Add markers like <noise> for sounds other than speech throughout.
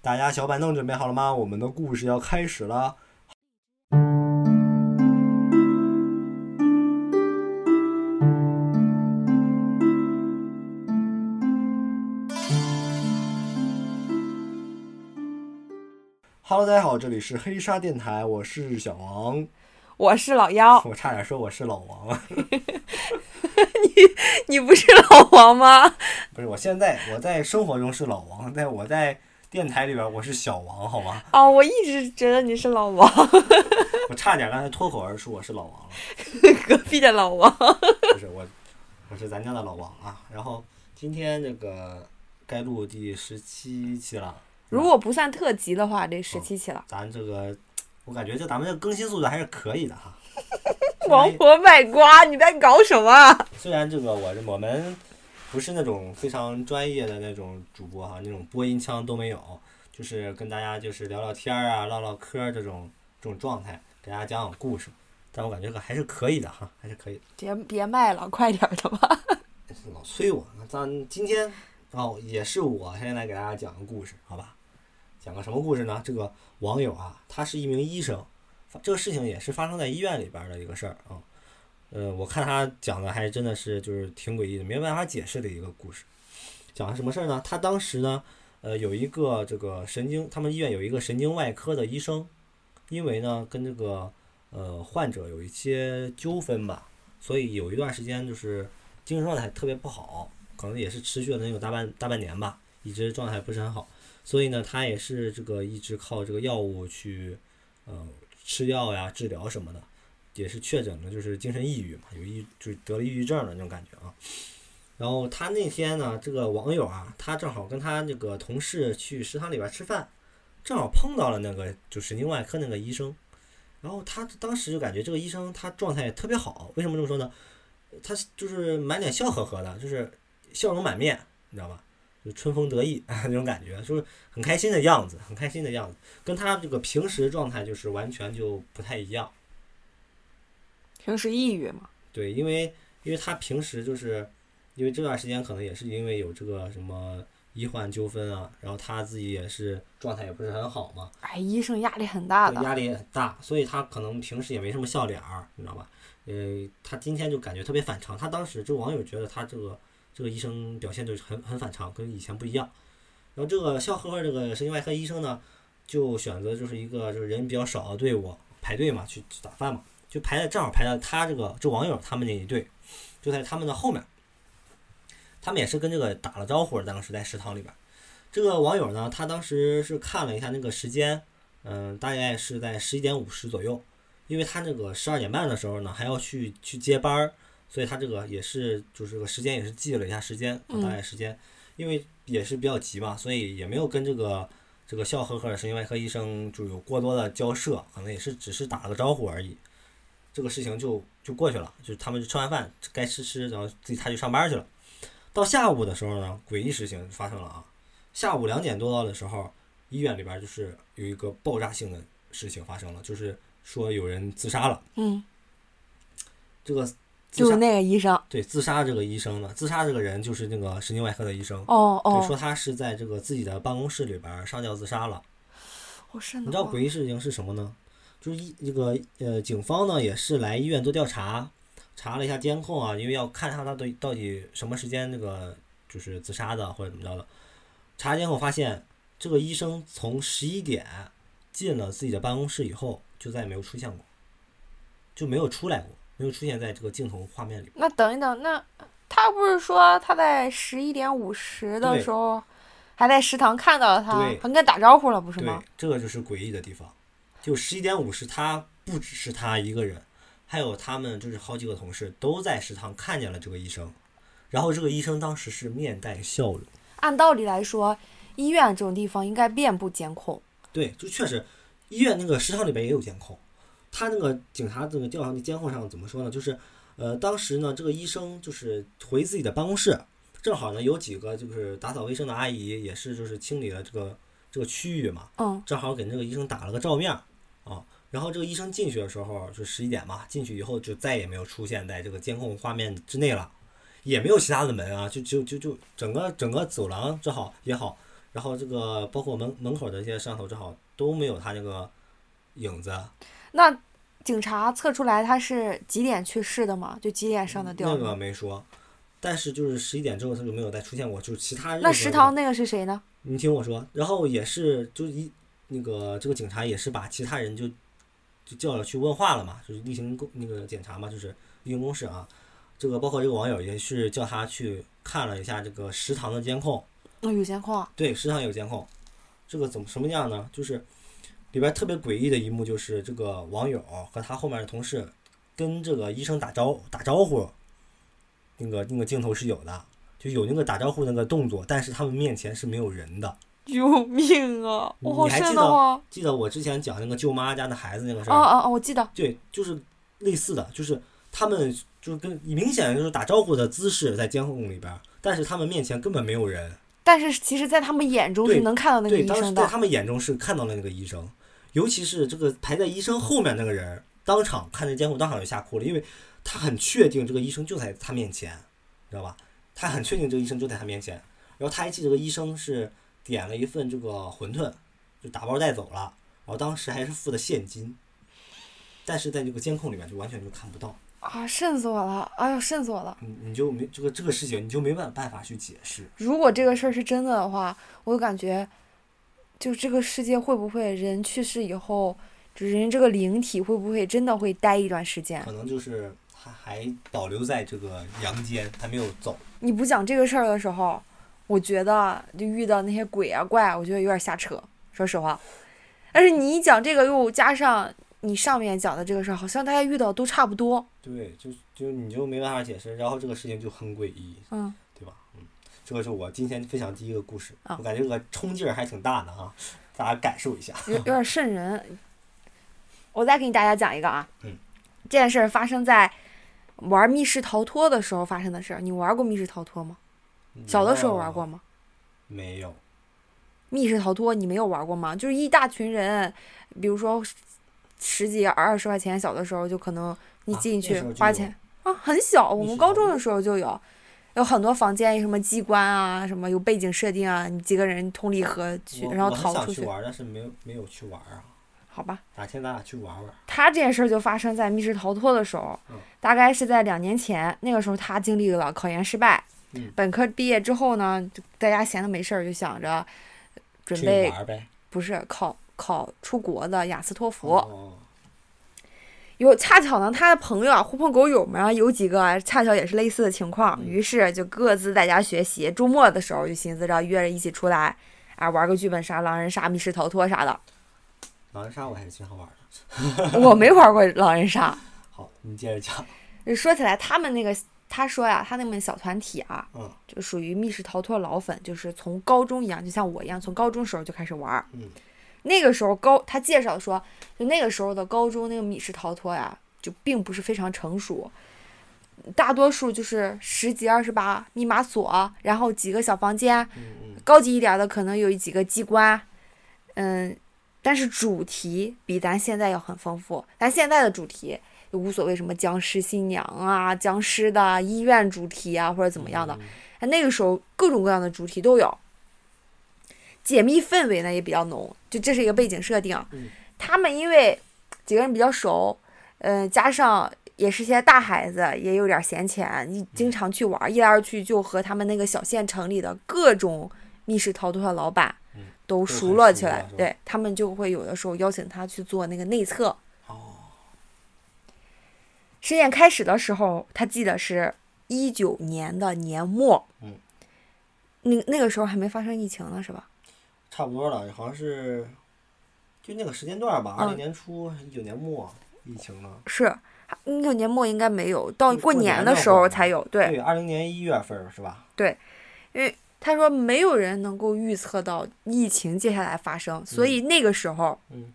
大家小板凳准备好了吗？我们的故事要开始了。Hello，大家好，这里是黑鲨电台，我是小王，我是老 <laughs> 妖，我差点说我是老王 <laughs> 了，你不是老王吗？不是，我现在我在生活中是老王，但我在电台里边我是小王，好吗？哦，我一直觉得你是老王， <laughs> 我差点刚才脱口而出我是老王了，隔壁的老王。不是我，我是咱家的老王啊。然后今天这个该录第十七期了，如果不算特辑的话，这十七期了。咱这个我感觉这咱们这更新速度还是可以的哈。 <laughs> 王婆卖瓜，你在搞什么啊？虽然这个我我们不是那种非常专业的那种主播哈，那种播音腔都没有，就是跟大家就是聊聊天儿啊、唠唠嗑儿这种这种状态，给大家讲讲故事。但我感觉这个还是可以的哈，还是可以的。别别卖了，快点儿的吧。 <laughs> 老催我，那咱今天哦也是我先来给大家讲个故事，好吧？讲个什么故事呢？这个网友啊，他是一名医生，发这个事情也是发生在医院里边儿的一个事儿啊。呃，我看他讲的还真的是就是挺诡异的，没办法解释的一个故事。讲的什么事儿呢？他当时呢，呃，有一个这个神经，他们医院有一个神经外科的医生，因为呢跟这个呃患者有一些纠纷吧，所以有一段时间就是精神状态特别不好，可能也是持续了能有大半大半年吧，一直状态不是很好。所以呢，他也是这个一直靠这个药物去，呃，吃药呀、治疗什么的，也是确诊了就是精神抑郁嘛，有抑就是得了抑郁症的那种感觉啊。然后他那天呢，这个网友啊，他正好跟他这个同事去食堂里边吃饭，正好碰到了那个就神经外科那个医生，然后他当时就感觉这个医生他状态特别好，为什么这么说呢？他就是满脸笑呵呵的，就是笑容满面，你知道吧？就春风得意 <laughs> 那种感觉，就是很开心的样子，很开心的样子，跟他这个平时状态就是完全就不太一样。平时抑郁嘛，对，因为因为他平时就是因为这段时间可能也是因为有这个什么医患纠纷啊，然后他自己也是状态也不是很好嘛，哎，医生压力很大对的。压力也很大，所以他可能平时也没什么笑脸儿，你知道吧？呃，他今天就感觉特别反常。他当时这个网友觉得他这个这个医生表现就是很很反常，跟以前不一样。然后这个笑呵呵这个神经外科医生呢，就选择就是一个就是人比较少的队伍排队嘛，去去打饭嘛，就排在正好排在他这个这网友他们那一队，就在他们的后面。他们也是跟这个打了招呼，当时在食堂里边儿。这个网友呢，他当时是看了一下那个时间，嗯，大概是在十一点五十左右，因为他那个十二点半的时候呢，还要去去接班儿，所以他这个也是就是这个时间也是记了一下时间，嗯大概时间，因为也是比较急嘛，所以也没有跟这个这个笑呵呵的神经外科医生就有过多的交涉，可能也是只是打了个招呼而已，这个事情就就过去了，就是他们就吃完饭该吃吃，然后自己他去上班去了。到下午的时候呢，诡异事情发生了啊！下午两点多到的时候，医院里边就是有一个爆炸性的事情发生了，就是说有人自杀了。嗯，这个自就是杀那个医生。对自杀这个医生呢，自杀这个人就是那个神经外科的医生，哦对，哦，说他是在这个自己的办公室里边上吊自杀了。哦我是你你知道诡异事情是什么呢？就是一这个呃，警方呢也是来医院做调查，查了一下监控啊，因为要看看他到底到底什么时间那个就是自杀的或者怎么着的。查监控发现，这个医生从十一点进了自己的办公室以后，就再也没有出现过，就没有出来过，没有出现在这个镜头画面里。那等一等，那他不是说他在十一点五十的对时候还在食堂看到了他，对还跟他打招呼了，不是对吗？，这个就是诡异的地方。就十一点五十，他不只是他一个人，还有他们就是好几个同事都在食堂看见了这个医生，然后这个医生当时是面带笑容。按道理来说，医院这种地方应该遍布监控。对，就确实，医院那个食堂里边也有监控，他那个警察这个调查的监控上怎么说呢？就是，呃，当时呢，这个医生就是回自己的办公室，正好呢有几个就是打扫卫生的阿姨也是就是清理了这个这个区域嘛，嗯正好给那个医生打了个照面儿啊。然后这个医生进去的时候就十一点嘛，进去以后就再也没有出现在这个监控画面之内了，也没有其他的门啊，就就就就整个整个走廊正好也好，然后这个包括门门口的一些摄像头正好都没有他那个影子，那警察测出来他是几点去世的吗？就几点上的吊嗯那吗？个没说。但是就是十一点之后他就没有再出现过，就是其他任何那食堂那个是谁呢？你听我说，然后也是就一那个这个警察也是把其他人就就叫了去问话了嘛，就是例行公那个检查嘛，就是例行公事啊。这个包括这个网友也是叫他去看了一下这个食堂的监控，嗯，有监控啊。对，食堂有监控。这个怎么什么样呢？就是里边特别诡异的一幕，就是这个网友和他后面的同事跟这个医生打招打招呼，那个那个镜头是有的，就有那个打招呼那个动作，但是他们面前是没有人的。救命啊！我好你还瘆记得得慌。记得我之前讲那个舅妈家的孩子那个事哦儿，哦哦，我记得。对，就是类似的，就是他们就是跟明显就是打招呼的姿势在监控里边儿，但是他们面前根本没有人。但是其实，在他们眼中对是能看到那个对，医当时生在的。他们眼中是看到了那个医生，尤其是这个排在医生后面那个人，当场看着监控，当场就吓哭了，因为他很确定这个医生就在他面前，你知道吧？他很确定这个医生就在他面前，然后他还记得这个医生是点了一份这个馄饨，就打包带走了，然后当时还是付的现金，但是在这个监控里面就完全就看不到，啊，瘆死我了！哎呦，瘆死我了！你你就没这个这个事情你就没办办法去解释，如果这个事儿是真的的话，我就感觉，就这个世界会不会人去世以后，就人这个灵体会不会真的会待一段时间？可能就是他还保留在这个阳间，还没有走。你不讲这个事儿的时候，我觉得就遇到那些鬼啊怪啊，我觉得有点瞎扯，说实话。但是你一讲这个，又加上你上面讲的这个事儿，好像大家遇到都差不多。对，就就你就没办法解释，然后这个事情就很诡异，嗯，对吧？嗯，这个是我今天分享第一个故事，啊我感觉这个冲劲儿还挺大的啊，大家感受一下。有有点瘆人。我再给大家讲一个啊，嗯这件事儿发生在玩密室逃脱的时候发生的事儿。你玩过密室逃脱吗？ <laughs> 小的时候玩过吗？没有？密室逃脱你没有玩过吗？就是一大群人，比如说十十几二十块钱，小的时候就可能你啊进那去时候就花有钱啊很小，我密们室高逃中的脱时候就有，有很多房间，什么机关啊，什么有背景设定啊，你几个人通离合去，我然后我很逃想出去去，玩，但是没有没有去玩啊。好吧？哪天咱俩去玩玩？他这件事儿就发生在密室逃脱的时候嗯，大概是在两年前。那个时候他经历了考研失败，嗯本科毕业之后呢，就在家闲的没事儿，就想着准去备玩呗。不是考考出国的雅思托福。哦，有恰巧呢，他的朋友啊，狐朋狗友们啊，有几个恰巧也是类似的情况，嗯于是就各自在家学习。周末的时候就寻思着约着一起出来，啊，玩个剧本杀、狼人杀、密室逃脱 <laughs> 啥的。狼人杀我还是经常玩的。我没玩过狼人杀。好，你接着讲。说起来，他们那个他说呀，他那么小团体啊，嗯就属于密室逃脱老粉，就是从高中一样，就像我一样，从高中时候就开始玩儿。嗯，那个时候高，他介绍说，就那个时候的高中那个密室逃脱呀，就并不是非常成熟，大多数就是十几、二十把密码锁，然后几个小房间，嗯嗯，高级一点的可能有几个机关，嗯，但是主题比咱现在要很丰富。咱现在的主题就无所谓什么僵尸新娘啊、僵尸的医院主题啊，或者怎么样的。嗯？哎，那个时候各种各样的主题都有，解密氛围呢也比较浓，就这是一个背景设定。嗯他们因为几个人比较熟，嗯、加上也是些大孩子，也有点闲钱，你嗯经常去玩儿，一来二去就和他们那个小县城里的各种密室逃脱的老板嗯都很熟络熟起络来是。吧对他们就会有的时候邀请他去做那个内测。哦，实验开始的时候，他记得是一九年的年末，嗯，那那个时候还没发生疫情呢，是吧？差不多了，好像是就那个时间段儿吧，嗯二零年初，一九年末，疫情呢。是，一九年末应该没有，到嗯过过年的那时会儿候嘛才有。对，对，二零年一月份儿是吧？他说没有人能够预测到疫情接下来发生，所以那个时候嗯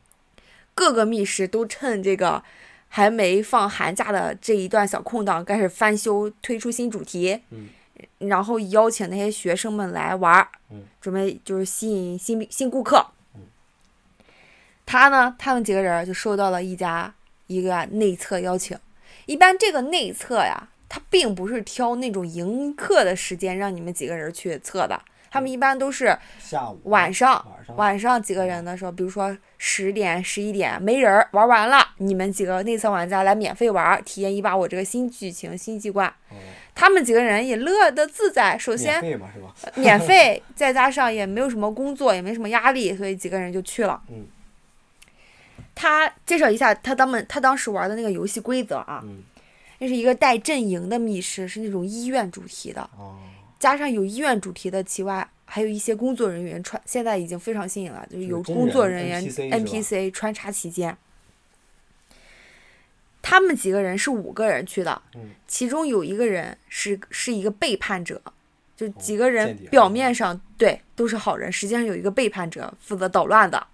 各个密室都趁这个还没放寒假的这一段小空档开始翻修，推出新主题，嗯然后邀请那些学生们来玩儿，嗯准备就是吸引新新顾客嗯。他呢，他们几个人就收到了一家一个内测邀请。一般这个内测呀，它并不是挑那种迎客的时间让你们几个人去测的，他们一般都是下午晚上嗯晚上晚上几个人的时候，比如说十点、十一点没人儿玩完了，你们几个内测玩家来免费玩儿，体验一把我这个新剧情、新机关。嗯他们几个人也乐得自在。首免先费嘛是吧？呃 <laughs> 免费，再加上也没有什么工作，也没什么压力，所以几个人就去了。嗯他介绍一下他当们他当时玩的那个游戏规则啊，嗯那是一个带阵营的密室，是那种医院主题的，哦加上有医院主题的其外，还有一些工作人员穿，现在已经非常新颖了，就是有就是真工作人人员 NPC 是吧 NPC 穿插其间。他们几个人是五个人去的，嗯其中有一个人是是一个背叛者，就几个间人谍表面上对都是好人，实际上有一个背叛者负责捣乱的。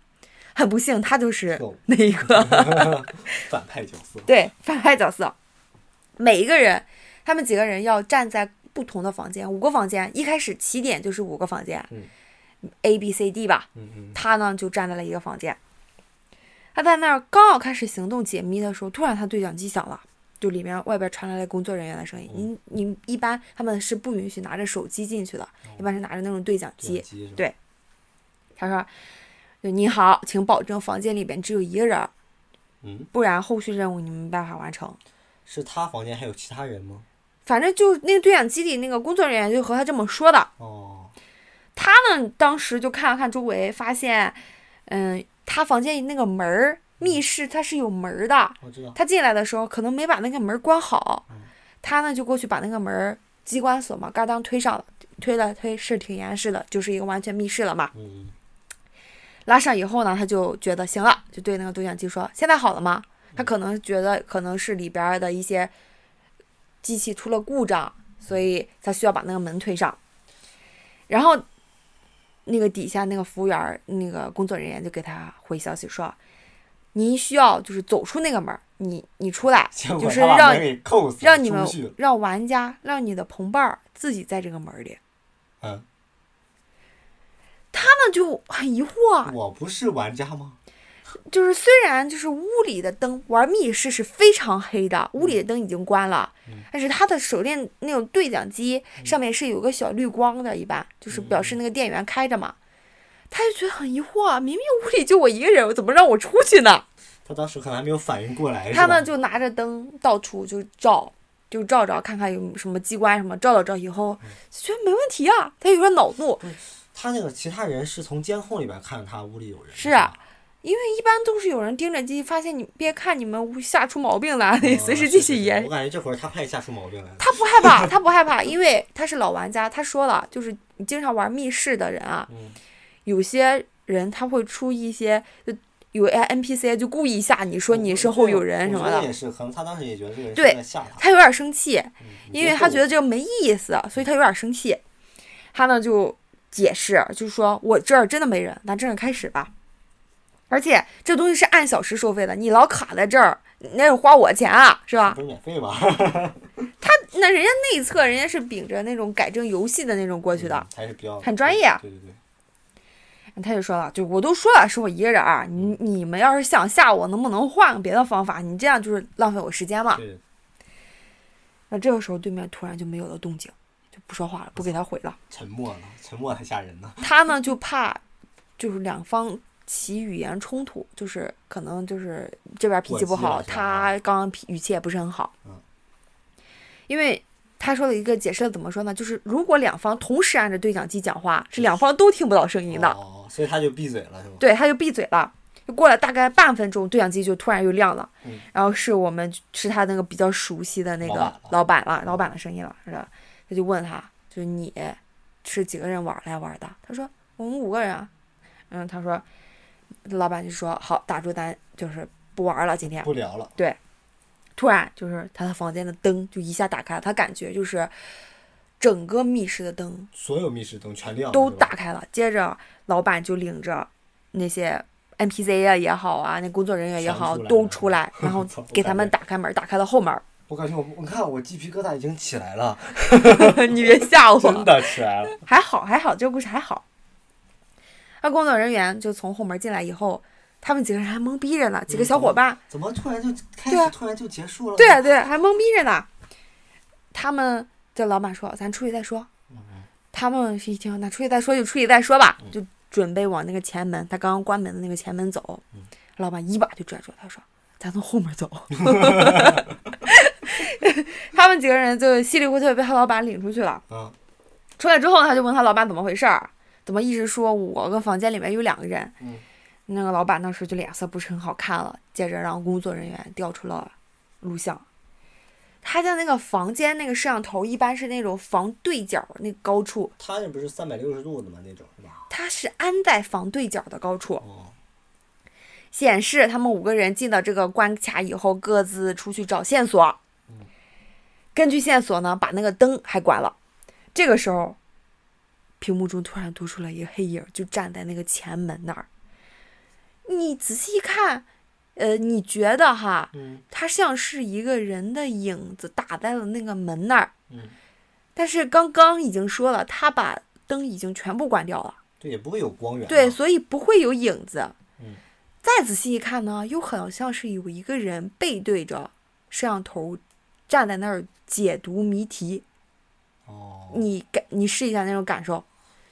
很不幸，他就是跳舞那一个。反派角色，对，反派角色，哦每一个人，他们几个人要站在不同的房间，五个房间，一开始起点就是五个房间、嗯 a B C D 吧，嗯嗯他呢就站在了一个房间，他在那儿刚要开始行动解密的时候，突然他对讲机响了。就里面外边传来了工作人员的声音，嗯你你一般他们是不允许拿着手机进去的，一般是拿着那种对讲哦机对。鸡是吧对他说：“就你好，请保证房间里边只有一个人儿，嗯，不然后续任务你们没办法完成。”是他房间还有其他人吗？反正就那个对讲机里那个工作人员就和他这么说的。哦，他呢，当时就看了看周围，发现，嗯，他房间里那个门儿，密室它是有门儿的。我知道，他进来的时候可能没把那个门儿关好嗯，他呢就过去把那个门儿机关锁嘛，嘎当推上了，推了推是挺严实的，就是一个完全密室了嘛。嗯拉上以后呢，他就觉得行了，就对那个对讲机说：“现在好了吗？”嗯他可能觉得可能是里边儿的一些机器出了故障，所以他需要把那个门推上。然后那个底下那个服务员儿、那个工作人员就给他回消息说：“您需要就是走出那个门儿，你你出来， <laughs> 结果就是他把让门给扣死了，让你出们不去了让玩家让你的同伴儿自己在这个门儿里。”嗯，他们就很疑惑啊，我不是玩家吗？就是虽然就是屋里的灯玩密室是非常黑的，屋嗯里的灯已经关了，但是他的手电那种对讲机嗯上面是有个小绿光的，一般就是表示那个电源开着嘛。他就觉得很疑惑啊，明明屋里就我一个人，我怎么让我出去呢？他当时可能还没有反应过来，他是吧呢就拿着灯到处就照，就照照看看有什么机关什么，照了照以后嗯觉得没问题啊，他有点恼怒，他那个其他人是从监控里边看他屋里有人，是啊因为一般都是有人盯着机，发现你别看你们屋吓出毛病来，得吧， <laughs> 随时哦是进是行是研我感觉这会儿他怕吓出毛病来了，他不害怕，他不害怕，因为他是老玩家。他说了，就是你经常玩密室的人啊，嗯有些人他会出一些就有 NPC 就故意吓你说嗯你身后有人什么我觉得的，也是，可能他当时也觉得这个人对是在吓他，他有点生气，嗯因为他觉得这个没意思，所以他有点生气。他呢就解释，就说我这儿真的没人，咱正式开始吧。而且这东西是按小时收费的，你老卡在这儿，那是花我钱啊，是吧？不是免费吧？那人家内测，人家是秉着那种改正游戏的那种过去的，嗯还是比较很专业啊对对对，他就说了，就我都说了是我一个人儿，你嗯你们要是想吓我，能不能换个别的方法？你这样就是浪费我时间嘛。对那这个时候对面突然就没有了动静，就不说话了，不给他回了。沉默了，沉默才吓人呢。他呢就怕就是两方起语言冲突，就是可能就是这边脾气不好过，激了是吧啊他刚刚脾语气也不是很好。嗯因为他说了一个解释，怎么说呢？就是如果两方同时按着对讲机讲话，是两方都听不到声音的。哦，所以他就闭嘴了，是吧？对，他就闭嘴了。就过了大概半分钟，对讲机就突然又亮了，嗯然后是我们是他那个比较熟悉的那老个板了老板了，老板的声音了，是吧？他就问他，就是你是几个人玩儿来玩儿的？他说我们五个人啊。嗯，他说，老板就说好，打住咱就是不玩儿了，今天。不聊了，突然就是他的房间的灯就一下打开了，他感觉就是整个密室的灯所有密室灯全亮了，都是吧打。开了。接着老板就领着那些 NPC 啊也好啊，那工作人员也好，全出来都了出来，然 <laughs> 后操给他们打开门，打开了后门。我感觉我，我看我鸡皮疙瘩已经起来了， <laughs> 你别吓真我，的起来了。还好还好，这个故事还好。那工作人员就从后门进来以后，他们几个人还懵逼着呢，几个小伙伴，怎么突然就开对啊始，突然就结束了？对啊啊对啊，还懵逼着呢。他们这老板说：“咱出去再说。”他们一听，那出去再说就出去再说吧，就准备往那个前门，他刚刚关门的那个前门走。老板一把就拽住他说：“咱从后面走。” <laughs> 他们几个人就稀里糊涂地被他老板领出去了。啊，出来之后，他就问他老板怎么回事儿，怎么一直说我跟房间里面有两个人。嗯那个老板当时就脸色不是很好看了，接着让工作人员调出了录像。他的那个房间那个摄像头一般是那种防对角那高处，他那不是三百六十度的吗？那种是吧？它是安在防对角的高处，哦，显示他们五个人进到这个关卡以后，各自出去找线索。根据线索呢，把那个灯还关了。这个时候，屏幕中突然多出了一个黑影，就站在那个前门那儿。你仔细一看，呃，你觉得哈，嗯它像是一个人的影子打在了那个门那儿。嗯，但是刚刚已经说了，他把灯已经全部关掉了。这也不会有光源嘛。对，所以不会有影子。嗯再仔细一看呢，又好像是有一个人背对着摄像头站在那儿解读谜题。哦，你感你试一下那种感受，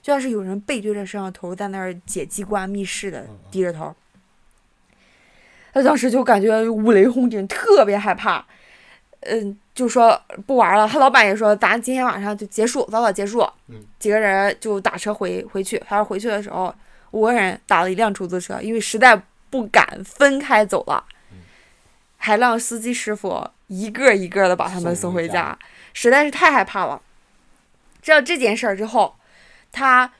就像是有人背对着摄像头在那儿解机关密室的嗯嗯低着头。他当时就感觉五雷轰顶，特别害怕。嗯，就说不玩了。他老板也说，咱今天晚上就结束，早早结束。嗯，几个人就打车回回去。他说回去的时候，五个人打了一辆出租车，因为实在不敢分开走了，嗯还让司机师傅一个一个的把他们送送回回家家，实在是太害怕了。知道这件事儿之后，他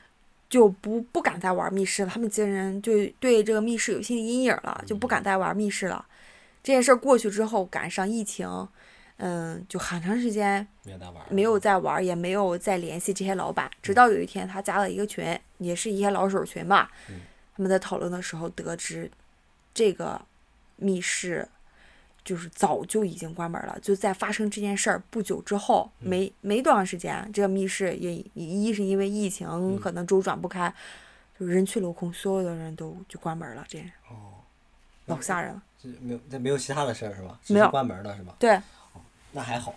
就不不敢再玩密室了。他们几个人就对这个密室有心理阴影了，就不嗯敢再玩密室了。这件事儿过去之后，赶上疫情，嗯，就很长时间没有在玩儿，没有再玩儿，也没有再联系这些老板。嗯直到有一天，他加了一个群，也是一些老手群吧。嗯他们在讨论的时候得知，这个密室就是早就已经关门了。就在发生这件事儿不久之后，嗯没没多长时间，这个密室也一是因为疫嗯情可能周转不开，就人去楼空，所有的人都就关门了。这样哦，老吓人了。这没有，这没有其他的事儿是吧？只没是有关门了是吧？对，那还好，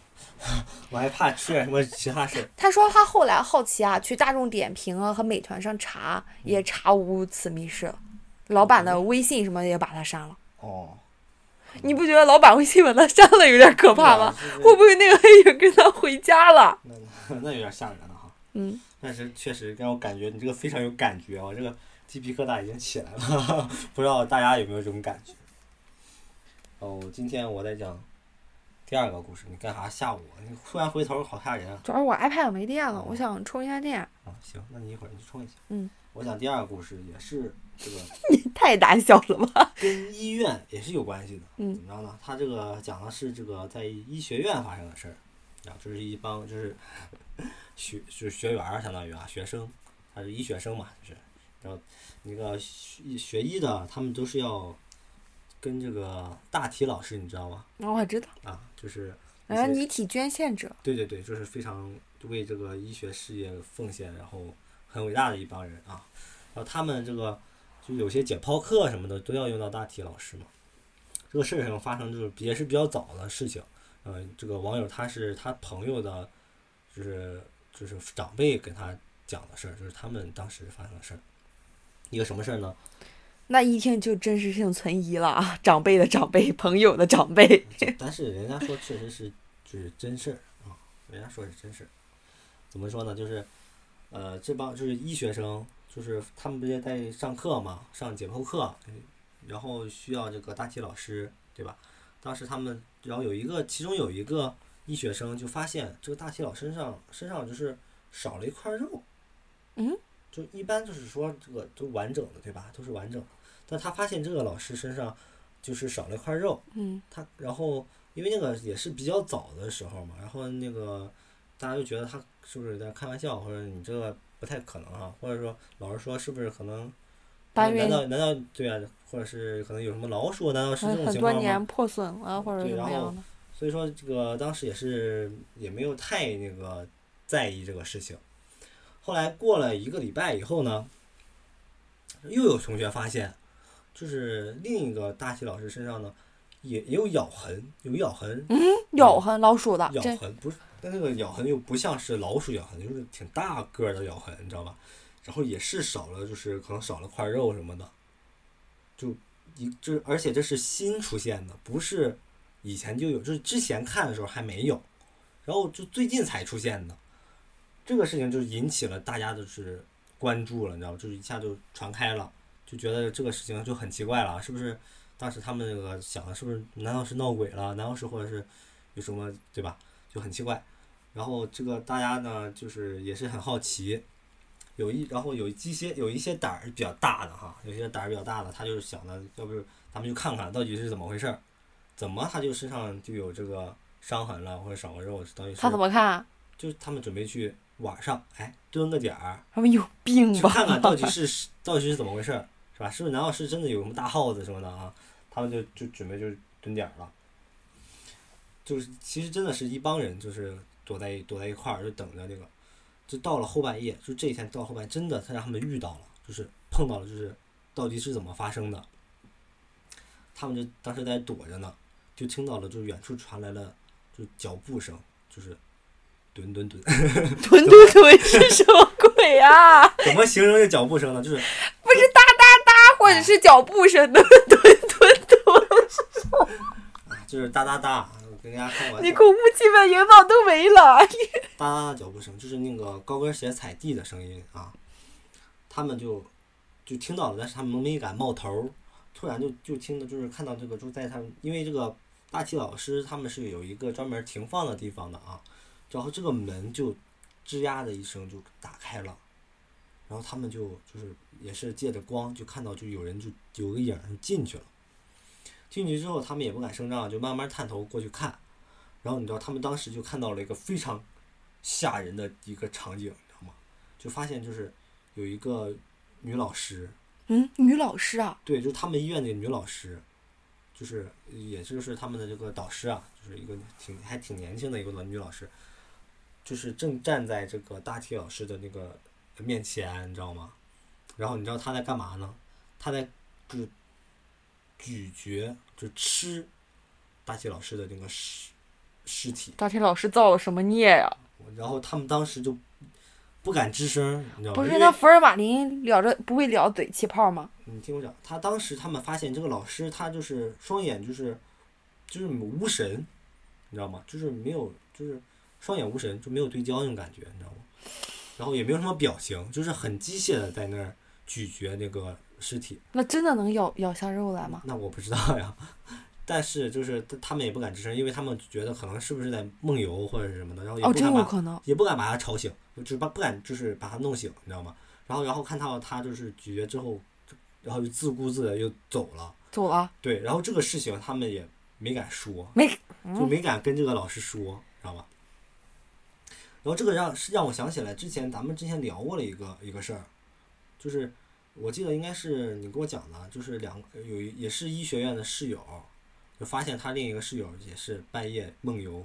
<laughs> 我还怕出点什么其他事儿。他说他后来好奇啊，去大众点评啊和美团上查，嗯也查无此密室。老板的微信什么也把他删了，哦，你不觉得老板微信把他删了有点可怕吗？会对不会那个黑影跟他回家了？啊？那有 <laughs> 点吓人了哈。嗯，但是确实让我感觉你这个非常有感觉，我这个鸡皮疙瘩已经起来了， <laughs> 不知道大家有没有这种感觉？哦，今天我在讲第二个故事，你干啥吓我？你突然回头好吓人啊！主要是我 iPad 没电了，我想充一下电。 <laughs> 啊，行，那你一会儿你去冲一下。嗯，我讲第二个故事也是这个太胆小了吧？ <laughs> 跟医院也是有关系的。嗯怎么着呢？他这个讲的是这个在医学院发生的事儿，啊，就是一帮就是 <laughs> 学就是学员儿相当于啊学生，他是医学生嘛，就是，然后那个学学医的他们都是要跟这个大体老师你知道吗？哦我知道，啊，就是一然后些遗体捐献者，对对对，就是非常为这个医学事业奉献，然后很伟大的一帮人啊。然后他们这个就有些解剖课什么的都要用到大体老师嘛。这个事儿上发生就是也是比较早的事情，嗯、这个网友他是他朋友的，就是就是长辈跟他讲的事儿，就是他们当时发生的事儿。一个什么事儿呢？那一听就真实性存疑了啊！长辈的长辈，朋友的长辈，这但是人家说确实是就是真事儿啊，人家说是真事儿。怎么说呢？就是，呃，这帮就是医学生，就是他们不是在上课嘛，上解剖课，嗯然后需要这个大体老师，对吧？当时他们，然后有一个，其中有一个医学生就发现这个大体老身上身上就是少了一块肉，嗯，就一般就是说这个都完整的，对吧？都是完整的，但他发现这个老师身上就是少了一块肉，嗯，他然后因为那个也是比较早的时候嘛，然后那个大家就觉得他是不是在开玩笑，或者你这个不太可能啊，或者说老师说是不是可能？搬难运道难道对啊？或者是可能有什么老鼠？难道是这种很情多况吗？年破损了或者对怎么然后样的，所以说这个当时也是也没有太那个在意这个事情。后来过了一个礼拜以后呢，又有同学发现，就是另一个大体老师身上呢也也有咬痕，有咬痕，咬痕老鼠的，咬真痕不是但那个咬痕又不像是老鼠咬痕，就是挺大个儿的咬痕，你知道吧？然后也是少了，就是可能少了块肉什么的，就一这，而且这是新出现的，不是以前就有，就是之前看的时候还没有，然后就最近才出现的。这个事情就引起了大家就是关注了，你知道吧？就是一下就传开了，就觉得这个事情就很奇怪了，是不是？当时他们那个想的是不是？难道是闹鬼了？难道是或者是有什么对吧？就很奇怪。然后这个大家呢，就是也是很好奇，有一然后有一些有一些胆儿比较大的哈，有些胆儿比较大的，他就是想的，要不咱们就看看到底是怎么回事儿，怎么他就身上就有这个伤痕了，或者少个肉，到底是他怎么看？啊就是他们准备去晚上哎蹲个点儿，他们有病去吧？看看到 <laughs> 底是到底是怎么回事儿， <laughs> 是吧？是不是难道是真的有什么大耗子什么的啊？他们就就准备就是蹲点儿了，就是其实真的是一帮人，就是躲在躲在一块儿就等着这个，就到了后半夜，就这一天到后半夜，真的他让他们遇到了，就是碰到了，就是到底是怎么发生的，他们就当时在躲着呢，就听到了就是远处传来了就是脚步声，就是蹲蹲 <laughs> 蹲，臀臀臀是什么鬼啊？怎么形容这脚步声呢？就是不是哒哒哒，或者是脚步 <laughs> 声的蹲 <laughs> 蹲蹲，啊，就是哒哒哒，我跟大家开玩你笑，恐怖气氛营造都没了。哒哒哒脚步声，就是那个高跟鞋踩地的声音啊。他们就就听到了，但是他们没敢冒头儿，突然就就听到，就是看到这个，就是在他们，因为这个大体老师他们是有一个专门停放的地方的啊，然后这个门就吱呀的一声就打开了，然后他们就就是也是借着光就看到就有人就有个影儿就进去了，进去之后他们也不敢声张，就慢慢探头过去看，然后你知道他们当时就看到了一个非常吓人的一个场景，你知道吗？就发现就是有一个女老师，嗯，女老师啊，对，就是他们医院那个女老师，就是也就是他们的这个导师啊，就是一个挺还挺年轻的一个女老师，就是正站在这个大体老师的那个面前，你知道吗？然后你知道她在干嘛呢？她在就是咀嚼，就吃大体老师的那个尸尸体，大体老师造了什么孽呀、然后他们当时就不敢吱声，你知道吗？不是，因为那福尔马林聊着不会聊嘴气泡吗？你听我讲，他当时他们发现这个老师他就是双眼就是就是无神，你知道吗？就是没有就是双眼无神，就没有对焦那种感觉，你知道吗？然后也没有什么表情，就是很机械的在那儿咀嚼那个尸体。那真的能咬咬下肉来吗？那我不知道呀， <laughs> 但是就是他他们也不敢吱声，因为他们觉得可能是不是在梦游或者是什么的，然后也哦，不真敢把有可能。也不敢把他吵醒，就是把不敢就是把他弄醒，你知道吗？然后然后看到他就是咀嚼之后，然后就自顾自的又走了。走了，对，然后这个事情他们也没敢说，没就没敢跟这个老师说，知道吧？然后这个让是让我想起来之前咱们之前聊过了一个一个事儿，就是我记得应该是你给我讲的，就是两个有一也是医学院的室友，就发现他另一个室友也是半夜梦游，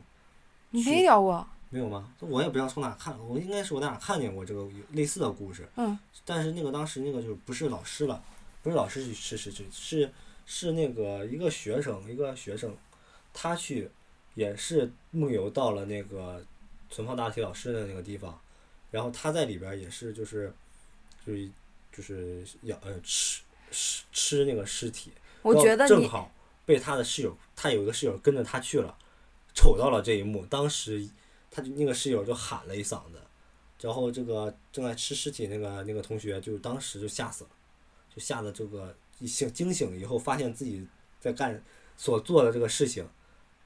你没聊过。没有吗？我也不知道从哪看，我应该是我在哪看见过这个有类似的故事。嗯。但是那个当时那个就不是老师了，不是老师去，是是是是是那个一个学生，一个学生，他去也是梦游到了那个存放大体老师的那个地方，然后他在里边儿也是就是就是就是要呃吃吃吃那个尸体，我然后觉得正你好被他的室友，他有一个室友跟着他去了，瞅到了这一幕，当时他就那个室友就喊了一嗓子，然后这个正在吃尸体那个那个同学就当时就吓死了，就吓得这个一醒惊醒以后，发现自己在干所做的这个事情，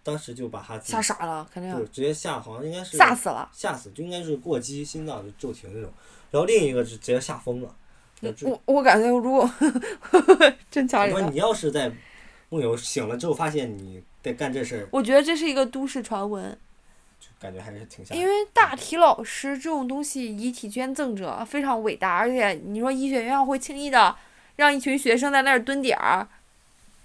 当时就把他自己吓傻了，肯定就直接吓，好像应该是吓死了。吓死，就应该是过激，心脏就骤停那种，然后另一个是直接吓疯了，就就我我感觉如果 <laughs> 真吓我人说了，你要是在梦游醒了之后，发现你在干这事儿，我觉得这是一个都市传闻。就感觉还是挺吓人嗯因。为大体老师这种东西，遗体捐赠者非常伟大，而且你说医学院会轻易的让一群学生在那儿蹲点儿，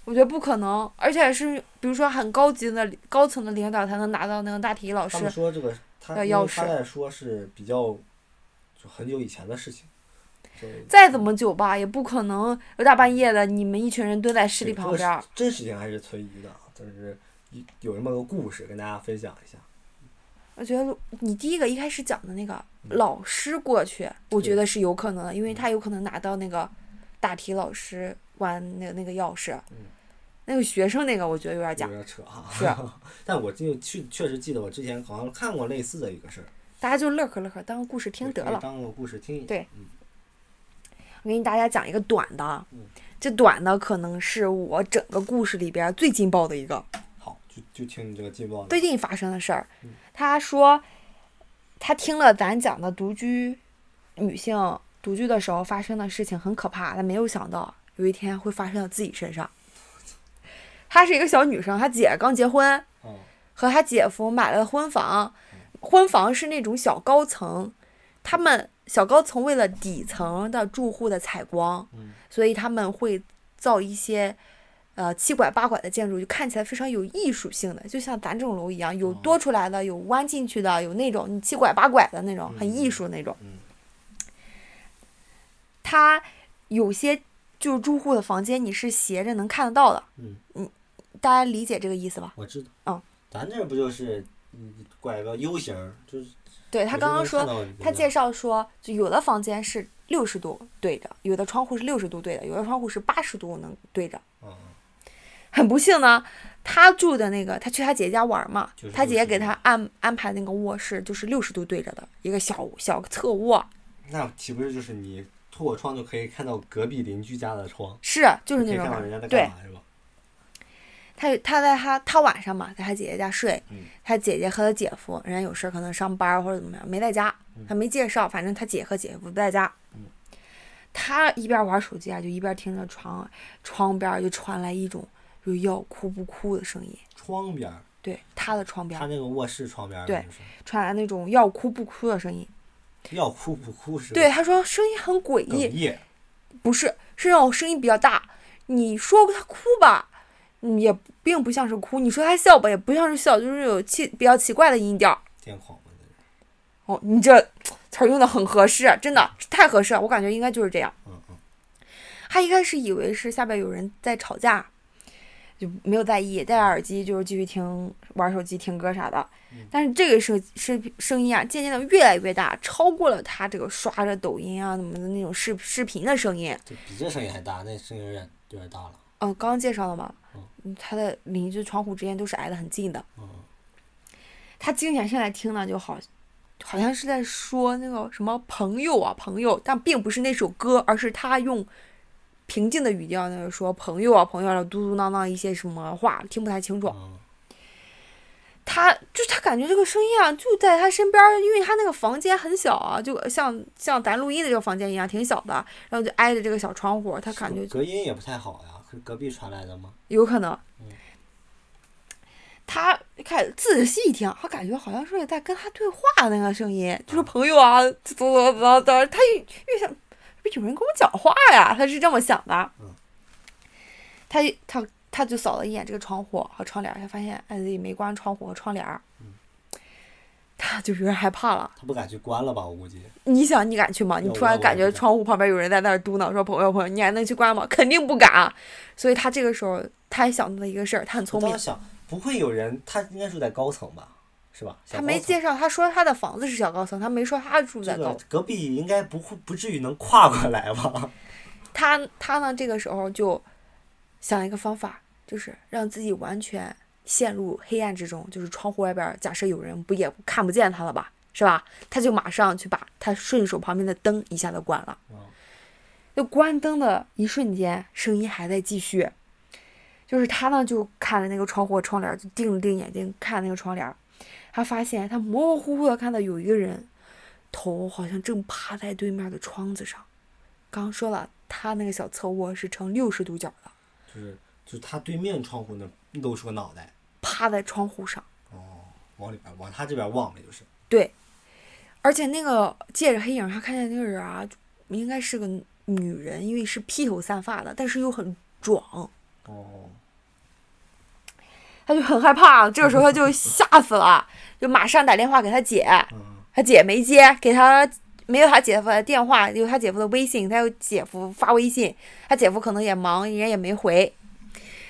我觉得不可能。而且是比如说很高级的高层的领导才能拿到那个大体老他师们，说这个，他要因钥为他匙在说是比较就很久以前的事情，就再怎么久吧，也不可能有大半夜的你们一群人蹲在尸体对旁这个边儿。真实性还是存疑的，就是一有这么个故事跟大家分享一下。我觉得你第一个一开始讲的那个嗯老师过去，我觉得是有可能的，因为他有可能拿到那个大体老师玩那个那个钥匙嗯，那个学生那个我觉得有点假有。点扯哈、是啊 <laughs> 但我就确确实记得我之前好像看过类似的一个事儿，大家就乐呵乐呵，当个故事听我得可以了。当个故事听一对嗯我给大家讲一个短的啊嗯，这短的可能是我整个故事里边最劲爆的一个，好，就就听你这个劲爆的。最近发生的事儿嗯。他说，他听了咱讲的独居女性独居的时候发生的事情很可怕，他没有想到有一天会发生到自己身上。她是一个小女生，她姐刚结婚，嗯和她姐夫买了婚房，婚房是那种小高层，他们小高层为了底层的住户的采光，嗯所以他们会造一些呃七拐八拐的建筑，就看起来非常有艺术性的，就像咱这种楼一样，有哦多出来的，有弯进去的，有那种你七拐八拐的那种，很艺术那种。嗯它有些就是住户的房间你是斜着能看得到的，嗯，大家理解这个意思吧？我知道。嗯，咱这不就是嗯拐个 U 型儿，就是对他我就刚刚能说看到你他的介绍说，就有的房间是六十度对着，有的窗户是六十度对着，有的窗户是八十度能对着。嗯嗯 <laughs> 很不幸呢，他住的那个，他去他姐家玩嘛，就是他姐60给度他安安排那个卧室，就是六十度对着的一个小小侧卧，那岂不是就是你透过窗就可以看到隔壁邻居家的窗，是啊就是你那可以种看到人感家在觉。干对，嘛是吧？他他在他他晚上嘛，在他姐姐家睡，嗯他姐姐和他姐夫，人家有事儿可能上班或者怎么样没在家，他没介绍，反正他姐和姐夫不在家。嗯他一边玩手机啊，就一边听着床窗边儿就传来一种就要哭不哭的声音，窗边儿，对，他的窗边他儿那个卧室窗边儿对就是传来那种要哭不哭的声音。要哭不哭是吧？对，他说声音很诡哽异，咽，不是是那种声音比较大。你说他哭吧，嗯也并不像是哭；你说他笑吧，也不像是笑，就是有奇比较奇怪的音调儿。癫狂嘛，那是哦，你这词儿用的很合适，啊真的太合适了，我感觉应该就是这样。嗯嗯他一开始以为是下边有人在吵架，就没有在意，戴着耳机就是继续听玩手机、听歌啥的嗯。但是这个声声声音啊，渐渐的越来越大，超过了他这个刷着抖音啊什么的那种视视频的声音。这比这声音还大，那声音有点有点大了，嗯、刚刚介绍了嘛嗯，嗯他的邻居窗户之间都是挨得很近的。嗯嗯他静下心来听呢，就好，好像是在说那个什么朋友啊，朋友，但并不是那首歌，而是他用平静的语调在那说朋友啊，朋友啊，嘟嘟囔囔一些什么话，听不太清楚。嗯他就他感觉这个声音啊，就在他身边儿，因为他那个房间很小啊，就像像咱录音的这个房间一样，挺小的，然后就挨着这个小窗户，他感觉隔音也不太好呀，是隔壁传来的吗？有可能嗯。他看仔细一听，他感觉好像是在跟他对话的那个声音，就是朋友啊，走走走走，他越越想，不有人跟我讲话呀，他是这么想的。嗯他他他就扫了一眼这个窗户和窗帘儿，他发现哎自己没关窗户和窗帘儿，嗯他就有点害怕了。他不敢去关了吧？我估计，你想，你敢去吗？你要突然我感我觉不敢窗户旁边有人在那儿嘟囔说：“朋友，朋友，你还能去关吗？”肯定不敢。所以他这个时候，他也想到了一个事儿，他很我聪明当时，想，不会有人，他应该住在高层吧？是吧？小他高没层介绍，他说他的房子是小高层，他没说他住在这高个层。隔壁应该不会不至于能跨过来吧？他他呢，这个时候就想一个方法，就是让自己完全陷入黑暗之中，就是窗户外边儿，假设有人不也看不见他了吧，是吧？他就马上去把他顺手旁边的灯一下子关了。嗯就关灯的一瞬间，声音还在继续。就是他呢，就看着那个窗户窗帘儿，就定了定眼睛看那个窗帘儿。他发现他模模糊糊的看到有一个人，头好像正趴在对面的窗子上。刚说了，他那个小侧卧是呈六十度角的，就是就是他对面窗户那露出个脑袋，趴在窗户上。哦，往里边往他这边望了就是，对，而且那个借着黑影，他看见那个人啊，就应该是个女人，因为是披头散发的，但是又很壮。哦，他就很害怕，这个时候他就吓死了，就马上打电话给他姐，嗯他姐没接，给他没有他姐夫的电话，有他姐夫的微信，他有姐夫发微信，他姐夫可能也忙，人家也没回。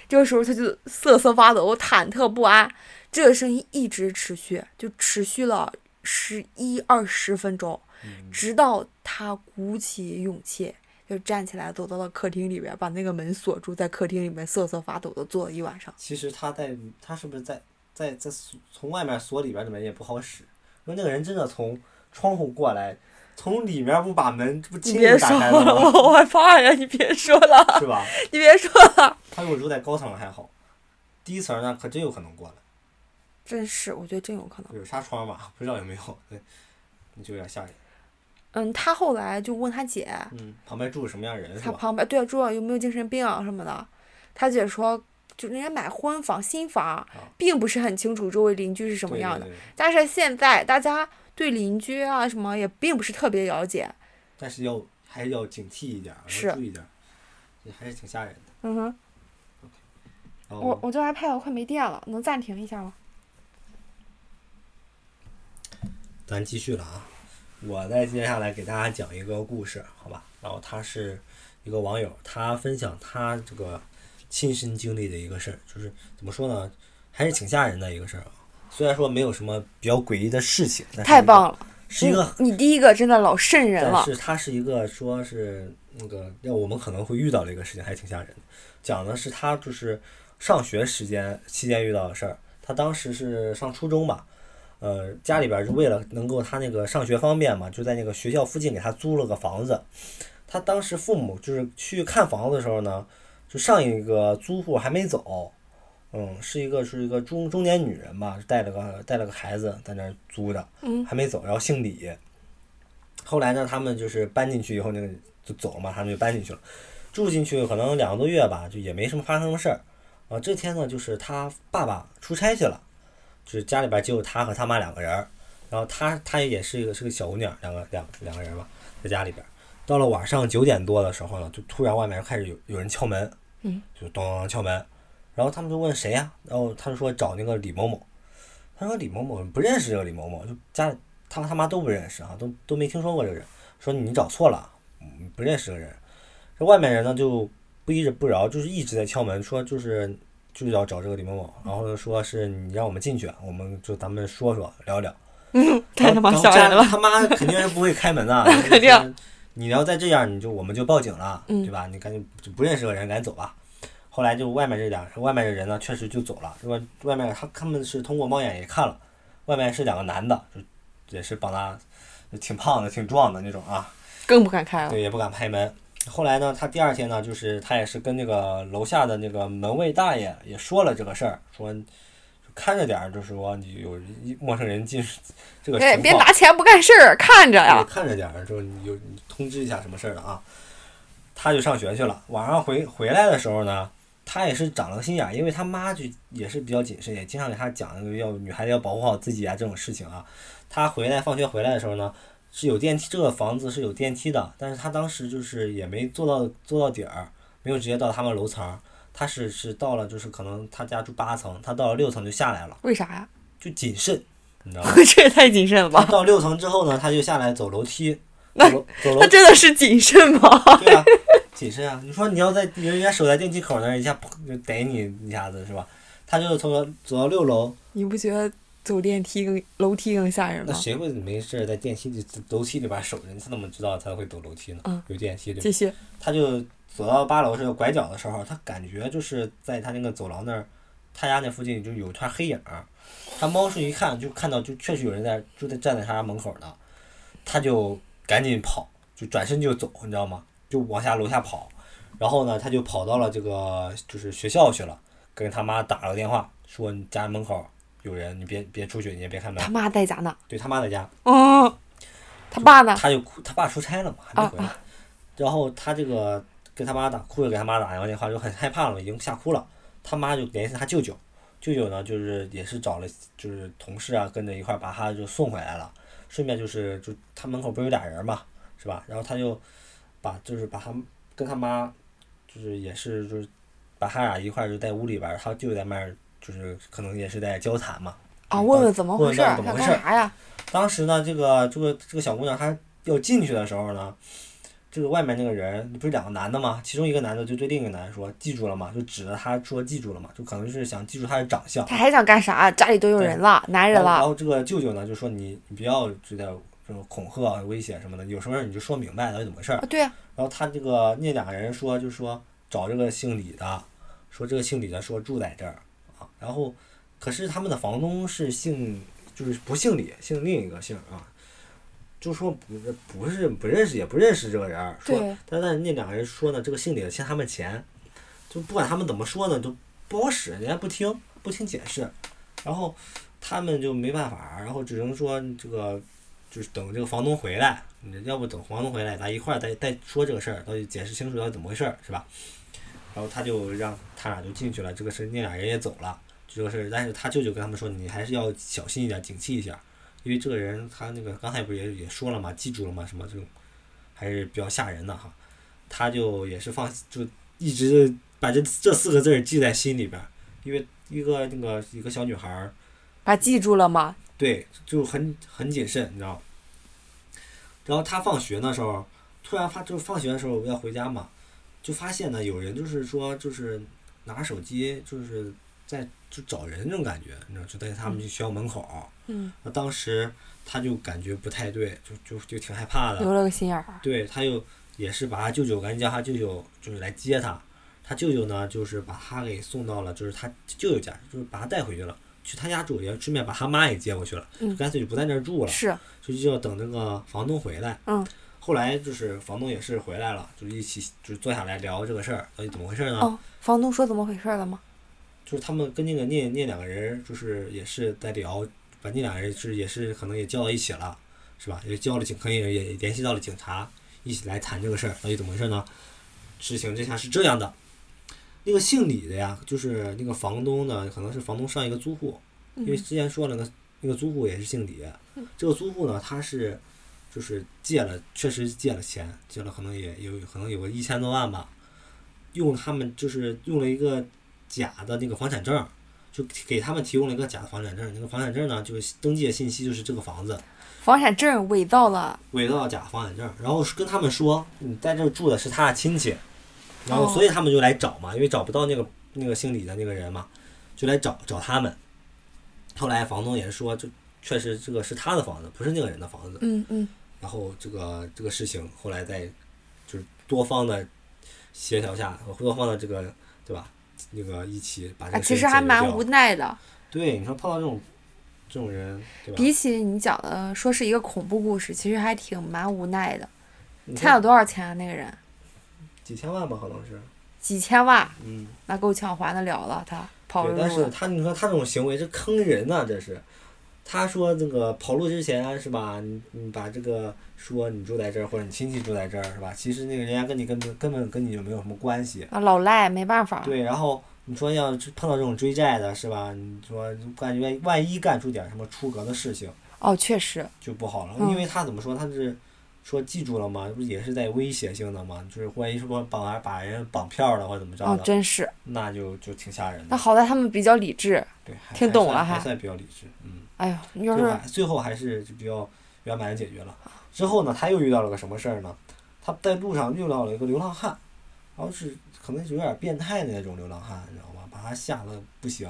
这个时候他就瑟瑟发抖，忐忑不安。这个声音一直持续，就持续了十一二十分钟，嗯直到他鼓起勇气，就站起来走到了客厅里边，把那个门锁住，在客厅里面瑟瑟发抖的坐了一晚上。其实他在，他是不是在在在锁从外面锁里边的门也不好使？如果那个人真的从窗户过来，从里面不把门这不你轻易别打说开了了，吗？ <laughs> 我害怕呀！你别说了，是吧？你别说了。 <laughs> 他如果住在高层还好，低层那可真有可能过来，真是，我觉得真有可能。有纱窗吧？不知道有没有，对，那就有点吓人。嗯，他后来就问他姐，嗯，旁边住着什么样的人是他吧？旁边对啊，住院有没有精神病啊什么的？他姐说，就人家买婚房新房，并不是很清楚周围邻居是什么啊对样的。对对对但是现在大家对邻居啊什么也并不是特别了解。但是要还是要警惕一点，是要注意点，这还是挺吓人的。嗯哼，然我后我这 iPad 快没电了，能暂停一下吗？咱继续了啊，我再接下来给大家讲一个故事，好吧？然后他是一个网友，他分享他这个亲身经历的一个事儿，就是怎么说呢，还是挺吓人的一个事儿啊。虽然说没有什么比较诡异的事情，但是太棒了，嗯是一个你你第一个真的老瘆人但了。是它是一个说是那个要我们可能会遇到的一个事情，还挺吓人的。讲的是他就是上学时间期间遇到的事儿。他当时是上初中吧，呃，家里边儿就为了能够他那个上学方便嘛，就在那个学校附近给他租了个房子。他当时父母就是去看房子的时候呢，就上一个租户还没走，嗯，是一个是一个中中年女人吧，带了个带了个孩子在那儿租的，嗯还没走，然后姓李。后来呢，他们就是搬进去以后，那个就走了嘛，他们就搬进去了，住进去可能两个多月吧，就也没什么发生什么事儿。啊，这天呢，就是他爸爸出差去了，就是家里边只有他和他妈两个人儿，然后他他也是一个是个小姑娘，两个两两个人吧，在家里边儿。到了晚上九点多的时候呢，就突然外面开始有有人敲门，嗯，就咚咚咚敲门，然后他们就问谁呀、然后他就说找那个李某某，他说李某某不认识这个李某某，就家里他和他妈都不认识啊，都都没听说过这个人。说你找错了，嗯不认识这个人。这外面人呢就不依着不饶，就是一直在敲门，说就是就是要找这个李某某，然后说是你让我们进去，我们就咱们说说聊聊。嗯， <laughs> 太他妈然后吓然人后了。，他妈肯定是不会开门的 <laughs> 肯定就是你要再这样，你就我们就报警了，嗯对吧？你赶紧就不认识个人，赶紧走吧。后来就外面这两外面这人呢，确实就走了。这个外面他他们是通过猫眼也看了，外面是两个男的，就也是膀大，就挺胖的、挺壮的那种啊。更不敢开了。哎对，也不敢拍门。后来呢，他第二天呢，就是他也是跟那个楼下的那个门卫大爷也说了这个事儿，说看着点儿，就是说你有一陌生人进这个情哎，况，别拿钱不干事儿，看着哎呀对，。看着点儿，就是你有你通知一下什么事儿的啊。他就上学去了，晚上回回来的时候呢，他也是长了个心眼儿，因为他妈就也是比较谨慎，也经常给他讲那个要女孩子要保护好自己啊这种事情啊。他回来放学回来的时候呢，是有电梯，这个房子是有电梯的，但是他当时就是也没坐到坐到底儿，没有直接到他们楼层儿，他是是到了就是可能他家住八层，他到了六层就下来了，为啥呀？ <laughs> 就谨慎，你知道吗？这也太谨慎了他吧？到六层之后呢，他就下来走楼 <laughs> 梯，走楼走楼他真的是谨慎吗？对啊，谨慎啊！你说你要在人家守在电梯口那儿，一下砰就逮你一下子是吧？他就是从走到六楼，你不觉得走电梯更楼梯更吓人那吗？谁会没事儿在电梯里楼梯里边守着？他怎么知道他会走楼梯呢？嗯有电梯对吧继续，他就走到八楼是拐角的时候，他感觉就是在他那个走廊那儿，他家那附近就有一团黑影儿。他猫视一看，就看到就确实有人在就在站在他家门口呢，他就赶紧跑，就转身就走，你知道吗？就往下楼下跑，然后呢，他就跑到了这个就是学校去了，跟他妈打了个电话，说你家门口有人，你别别出去，你也别开门他。妈在家呢。对他妈在家，嗯，他爸呢？他就哭，他爸出差了嘛，还没啊回来。然后他这个给他妈打，哭着给他妈打完电话，就很害怕了，已经吓哭了。他妈就联系他舅舅，舅舅呢就是也是找了就是同事啊，跟着一块儿把他就送回来了。顺便就是就他门口不是有俩人嘛，是吧？然后他就把就是把他跟他妈就是也是就是把他俩一块儿就在屋里边儿，他舅舅在外面儿就是可能也是在交谈嘛。啊，问问怎么回事嗯问问到儿，他底怎么回干事儿啥呀？当时呢，这个这个这个小姑娘她要进去的时候呢，这个外面那个人不是两个男的吗？其中一个男的就对另一个男的说：“记住了吗？”就指着他说：“记住了吗？”就可能是想记住他的长相。他还想干啥？家里都有人了，男人然后然了，后这个舅舅呢就说你你不要这点这种恐吓啊、威胁什么的，有什么事儿你就说明白到底怎么回事儿啊。对啊，然后他这个那俩人说，就说找这个姓李的，说这个姓李的说住在这儿啊。然后可是他们的房东是姓，就是不姓李，姓另一个姓啊。就说不是不是不认识也不认识这个人儿，说对但但那两个人说呢，这个姓李的欠他们钱，就不管他们怎么说呢，就不好使，人家不听不听解释，然后他们就没办法，然后只能说这个就是等这个房东回来，你要不等房东回来，咱一块儿再再说这个事儿，到底解释清楚到底怎么回事儿，是吧？然后他就让他俩就进去了，这个事那俩人也走了，就这个事儿，但是他舅舅跟他们说，你还是要小心一点，警惕一下，因为这个人他那个刚才不是也也说了嘛，记住了嘛，什么这种还是比较吓人的哈。他就也是放就一直把这这四个字儿记在心里边儿，因为一个那个一个小女孩儿，把记住了吗？对，就很很谨慎，你知道吗。然后他放学的时候，突然发就是放学的时候要回家嘛，就发现呢有人就是说就是拿手机就是在就找人那种感觉，你知道，就在他们学校门口儿。嗯，那当时他就感觉不太对，就就就挺害怕的。留了个心眼儿。对，他又也是把他舅舅赶紧叫他舅舅就是来接他，他舅舅呢就是把他给送到了就是他舅舅家，就是把他带回去了，去他家住，也顺便把他妈也接过去了，嗯就干脆就不在那儿住了，是，就就要等那个房东回来。嗯，后来就是房东也是回来了，就一起就坐下来聊这个事儿，到底怎么回事呢？哦，房东说怎么回事了吗？就是他们跟那个那那两个人，就是也是在聊，把那两个人是也是可能也叫到一起了，是吧？也叫了警，可以也联系到了警察，一起来谈这个事儿，到底怎么回事呢？事情这下是这样的，那个姓李的呀，就是那个房东呢，可能是房东上一个租户，因为嗯之前说了那个那个租户也是姓李，这个租户呢，他是就是借了，确实借了钱，借了可能也有可能有个一千多万吧，用他们就是用了一个假的那个房产证，就给他们提供了一个假的房产证，那个房产证呢，就是登记的信息就是这个房子，房产证伪造了，伪造假房产证，然后跟他们说你在这儿住的是他的亲戚，然后哦所以他们就来找嘛，因为找不到那个那个姓李的那个人嘛，就来找找他们。后来房东也是说，就确实这个是他的房子，不是那个人的房子。嗯嗯，然后这个这个事情后来在就是多方的协调下，多方的这个对吧？那个一起把这啊，个事其情实还解决蛮掉嗯无奈的。对，你说碰到这种这种人，对吧？比起你讲的说是一个恐怖故事，其实还挺蛮无奈的。你欠了看多少钱啊？那个人几千万吧，可能是，几千万，嗯，那够呛还得了了。他跑对，路啊但是了，他你说他这种行为是坑人呐、这是。他说这个跑路之前是吧？你你把这个说你住在这儿或者你亲戚住在这儿是吧？其实那个人家跟你根本根本跟你就没有什么关系。啊，老赖没办法。对，然后你说要是碰到这种追债的是吧？你说感觉万一干出点什么出格的事情哦，确实，就不好了，嗯因为他怎么说他是说记住了吗？不是也是带威胁性的吗？就是万一说绑完把人绑票了或者怎么着哦，的，真是。那就就挺吓人那的。好在他们比较理智。对，还听还懂算了还还算比较理智，嗯，哎呦，你要就是还最后还是就比较圆满的解决了。啊之后呢，他又遇到了个什么事儿呢？他在路上遇到了一个流浪汉，然后是可能是有点变态的那种流浪汉，你知道吗？把他吓得不行。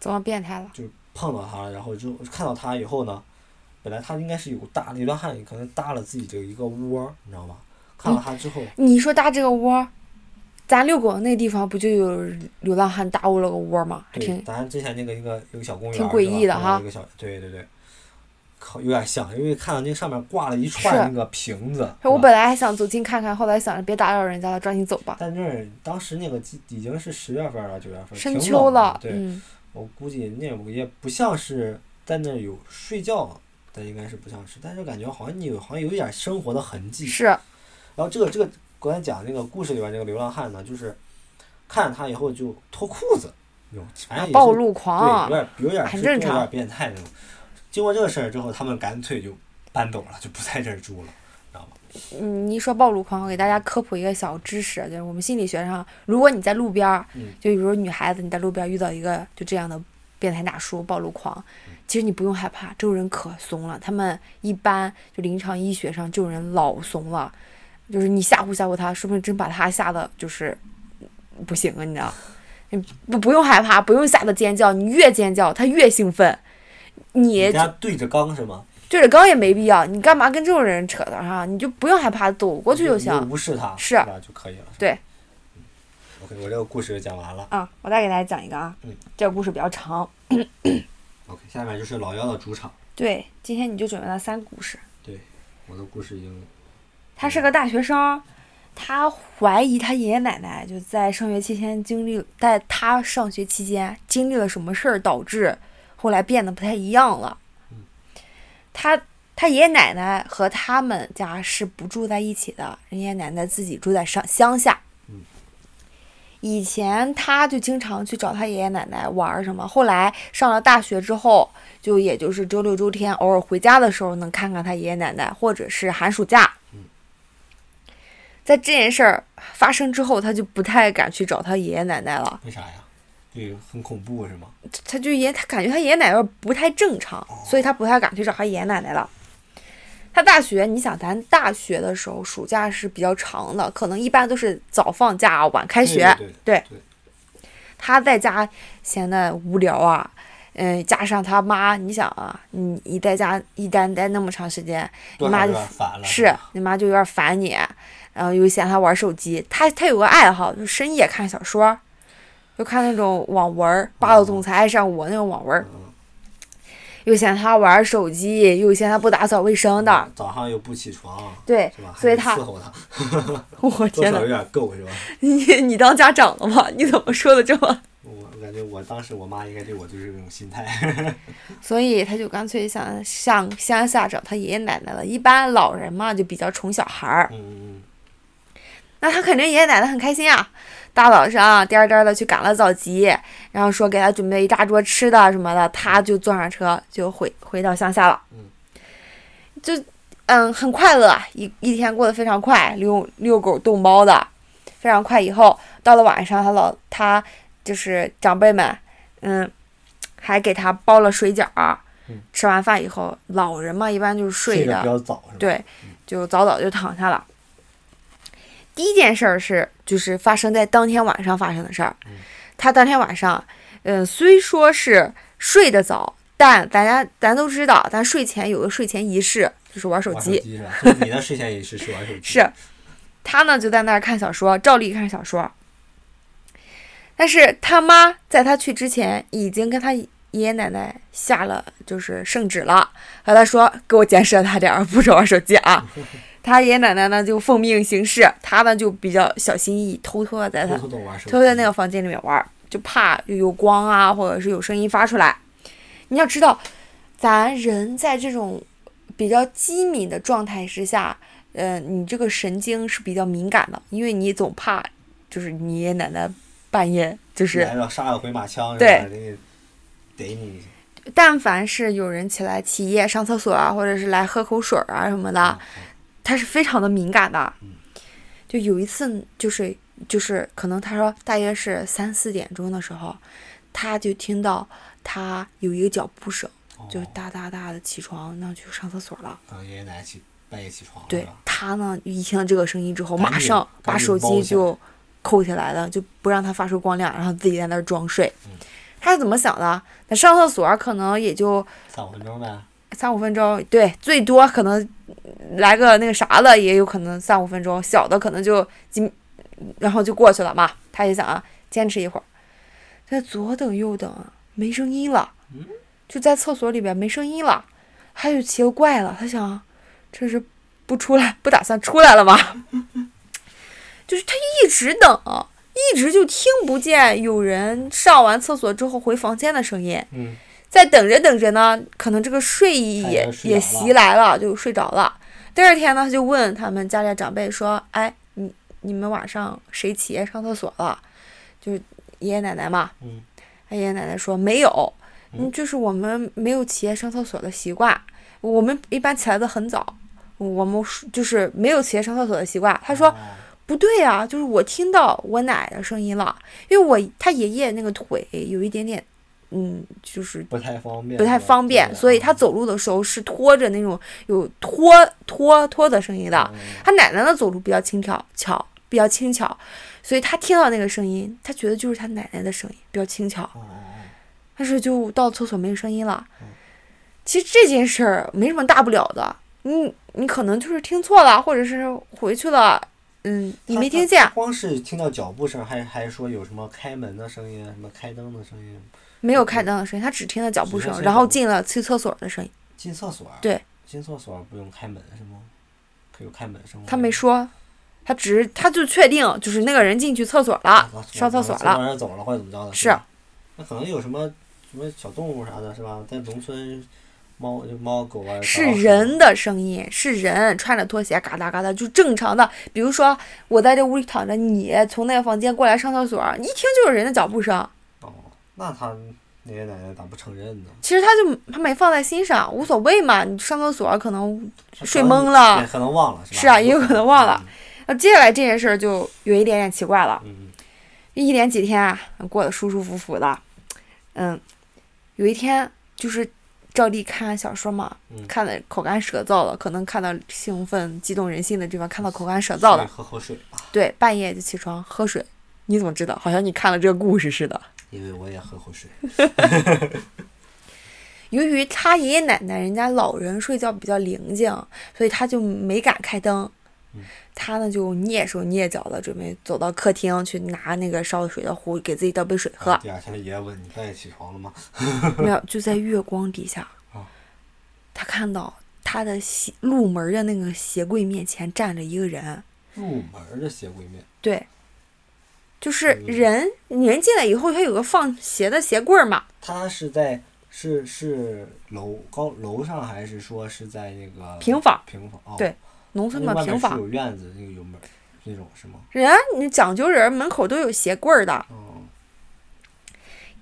怎么变态了？碰到他，然后就看到他以后呢，本来他应该是有搭流浪汉，可能搭了自己的一个窝，你知道吗？看到他之后，你说搭这个窝，咱遛狗的那地方不就有流浪汉搭窝了个窝吗？还对，挺咱之前那个一个一个小公园，挺诡异的是吧哈有一个小，对对对，靠，有点像，因为看到那上面挂了一是哎串那个瓶子，是我吧本来还想走近看看，后来想着别打扰人家了，抓紧走吧。但那儿当时那个季已经是十月份了，九月份，深挺秋冷了的，对，嗯，我估计那会儿也不像是在那儿有睡觉的，应该是不像是，但是感觉好像你有好像有一点生活的痕迹，是，然后这个这个刚才讲那个故事里边这个流浪汉呢，就是看着他以后就脱裤子，那种反正也是暴露对，有狂，啊点有点很就正有常点变态那种。经过这个事儿之后，他们干脆就搬走了，就不在这儿住了。嗯，你一说暴露狂，我给大家科普一个小知识，就是我们心理学上，如果你在路边儿嗯，就比如女孩子你在路边儿遇到一个就这样的变态大叔、暴露狂，其实你不用害怕，这种人可怂了。他们一般就临床医学上这种人老怂了，就是你吓唬吓唬他，说不定真把他吓得就是不行了，你知道？你 <laughs> 不不用害怕，不用吓得尖叫，你越尖叫他越兴奋，你人家对着刚是吗？对着刚也没必要，你干嘛跟这种人扯上哈？你就不用害怕，走过去就行你无视他，是吧就可以了。是吧对嗯，OK，我这个故事讲完了。啊！我再给大家讲一个啊，嗯这个故事比较长， OK，下面就是老妖的主场。对，今天你就准备了三个故事。对，我的故事已经他是个大学生，他怀疑他爷爷奶奶就在上学期间经历，在他上学期间经历了什么事儿，导致后来变得不太一样了嗯。他他爷爷奶奶和他们家是不住在一起的，人爷爷奶奶自己住在上乡下嗯。以前他就经常去找他爷爷奶奶玩儿什么，后来上了大学之后，就也就是周六周天偶尔回家的时候能看看他爷爷奶奶，或者是寒暑假。在这件事儿发生之后，他就不太敢去找他爷爷奶奶了。为啥呀？对，很恐怖是吗？他就爷，他感觉他爷爷奶奶不太正常，所以他不太敢去找他爷爷奶奶了。他大学，你想，咱大学的时候暑假是比较长的，可能一般都是早放假晚开学。对对对对他在家闲得无聊啊，嗯，加上他妈，你想啊，你一在家一待待那么长时间，啊你多妈少有就点烦了。是你妈就有点烦你，然后又嫌她玩手机。她她有个爱好，就深夜看小说，就看那种网文儿，《霸道总哦裁爱上我》那种网文儿，嗯，又嫌她玩手机，又嫌她不打扫卫生的。早上又不起床，对哦是吧？，所还得以她伺，候他，我多天少哪有，点够是吧？你你当家长了吗？你怎么说的这么？ <laughs> 我我感觉我当时我妈应该对我就是这种心态。 <laughs> 所以他就干脆想上乡下找他爷爷奶奶了。一般老人嘛，就比较宠小孩儿，嗯嗯那他肯定爷爷奶奶很开心啊。大早上颠儿颠儿的去赶了早集，然后说给他准备一大桌吃的什么的，他就坐上车就回回到乡下了。嗯，就嗯很快乐，一一天过得非常快，遛遛狗逗猫的非常快。以后到了晚上，他老他就是长辈们，嗯，还给他包了水饺儿嗯。吃完饭以后，老人嘛一般就嗯，是睡睡的得比较早是吧？，对，就早早就躺下了。第一件事儿是，就是发生在当天晚上发生的事儿嗯。他当天晚上，嗯，虽说是睡得早，但大家咱都知道，咱睡前有个睡前仪式，就是玩手玩机。机是吧？就是你的睡前也是是玩手机。是，啊他呢就在那儿看小说，照例看小说。但是他妈在他去之前，已经跟他爷爷奶奶下了就是圣旨了，和他说：“给我监视他点儿，不准玩手机啊。”他爷爷奶奶呢就奉命行事，他呢就比较小心翼翼，偷偷的在他偷偷的玩手机。偷偷在那个房间里面玩儿，就怕有有光啊，或者是有声音发出来。你要知道，咱人在这种比较机敏的状态之下，呃，你这个神经是比较敏感的，因为你总怕就是你爷爷奶奶半夜就是来，了杀了回马枪是吧？对人家逮你。但凡是有人起来起夜上厕所啊，或者是来喝口水儿啊什么的，他是非常的敏感的嗯。就有一次，就是就是可能他说大约是三四点钟的时候，他就听到他有一个脚步声，哦，就哒哒哒的起床，然后去上厕所了。可能爷爷奶奶起半夜起床了是对吧？他呢，一听到这个声音之后，赶马紧上把赶紧手猫机起来就扣起来了，就不让他发出光亮，然后自己在那儿装睡嗯。他是怎么想的？那上厕所可能也就三五分钟呗。三五分钟，对，最多可能来个那个啥的，也有可能三五分钟，小的可能就几，然后就过去了嘛。他也想啊，坚持一会儿，在左等右等啊，没声音了嗯，就在厕所里边没声音了，他就奇了怪了，他想这是不出来，不打算出来了吗？就是他一直等啊，一直就听不见有人上完厕所之后回房间的声音。嗯，再等着等着呢，可能这个睡意哎也就睡着也了袭来了，就睡着了。第二天呢，他就问他们家里的长辈说：“哎，你你们晚上谁起夜上厕所了？”就是爷爷奶奶嘛。嗯。他爷爷奶奶说：“没有，嗯嗯，就是我们没有起夜上厕所的习惯，我们一般起来的很早，我们是就是没有起夜上厕所的习惯。”他说：“哦不对啊，就是我听到我奶的声音了，因为我他爷爷那个腿有一点点嗯，就是不太方便，不太方便，嗯对啊所以他走路的时候是拖着那种有拖拖拖的声音的。嗯他奶奶的走路比较轻巧巧，比较轻巧，所以他听到那个声音，他觉得就是他奶奶的声音，比较轻巧。哦哦嗯但是就到厕所没声音了。其实这件事儿没什么大不了的，你你可能就是听错了，或者是回去了，嗯，你没听见哦，光是听到脚步声，还还说有什么开门的声音，什么开灯的声音，啊没有开灯的声音，他只听到脚步嗯只听声，到然后进了去厕所的声音，进厕所对，进厕所不用开门是吗？可有开门声吗？他没说，他只是他就确定就是那个人进去厕所啊了，上厕所上了，厕走了或者怎么着的，是吧。那可能有什么什么小动物啥的，是吧？在农村，猫就猫狗啊，是小老鼠人的声音，是人穿着拖鞋嘎哒嘎哒，就正常的。比如说我在这屋里躺着，你从那个房间过来上厕所，你一听就是人的脚步声。哦，那他爷爷奶奶咋不承认呢？其实他就他没放在心上，无所谓嘛。你上厕所可能，他睡可能懵了也可能忘了，是吧？是啊也有可能忘了。那接下来这件事儿就有一点点奇怪了。嗯，一连几天啊，过得舒舒服服的。嗯，有一天就是照例看小说嘛，嗯看的口干舌燥了，可能看到兴奋激动人心的地方，看到口干舌到燥了，了。喝口水吧，对，半夜就起床喝水。你怎么知道？好像你看了这个故事似的。因为我也喝口水。由于他爷爷奶奶人家老人睡觉比较宁静，所以他就没敢开灯嗯。他呢就蹑手蹑脚的准备走到客厅去拿那个烧水的壶，给自己倒杯水喝。啊第二天爷爷问你半夜起床了吗？没有，就在月光底下啊，他看到他的鞋入门的那个鞋柜面前站着一个人。入门的鞋柜面，对，就是嗯人人进来以后，他有个放鞋的鞋柜儿嘛，他是在是是楼高楼上还是说是在那个平房平房哦，对农那村嘛外面平是房。有院子那个有门儿那种是吗？人你讲究人门口都有鞋柜儿的，哦，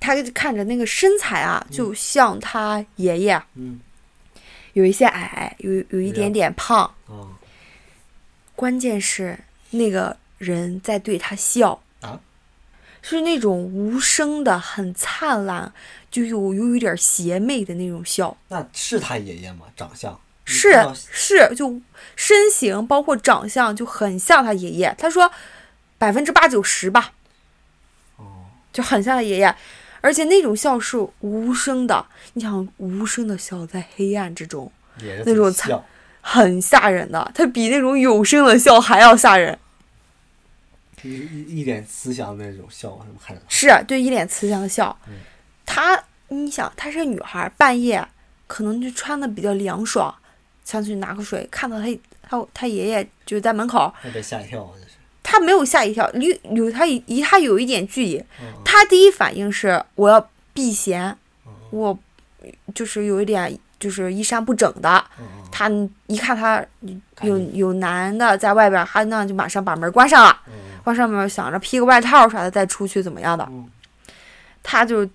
他就看着那个身材啊，就像他爷爷嗯，有一些矮，有有一点点胖。哦，关键是那个人在对他笑啊，是那种无声的、很灿烂，就有有一点邪魅的那种笑。那是他爷爷吗？长相你是看到是，就身形包括长相就很像他爷爷。他说百分之八九十吧，哦，就很像他爷爷。而且那种笑是无声的，你想无声的笑在黑暗之中，爷爷那种惨笑，很吓人的，它比那种有声的笑还要吓人。一一一脸慈祥的那种笑，是吗？看着他，是啊对一脸慈祥的笑嗯，她，你想，她是个女孩，半夜可能就穿的比较凉爽，想去拿个水，看到她她她爷爷就在门口，那被吓一跳，这是。她没有吓一跳，离有她离她有一点距离，嗯她第一反应是我要避嫌，嗯嗯我就是有一点就是衣衫不整的，嗯嗯她一看她赶有紧有男的在外边，她那就马上把门关上了。嗯往上面想着披个外套啥的再出去怎么样的，嗯他就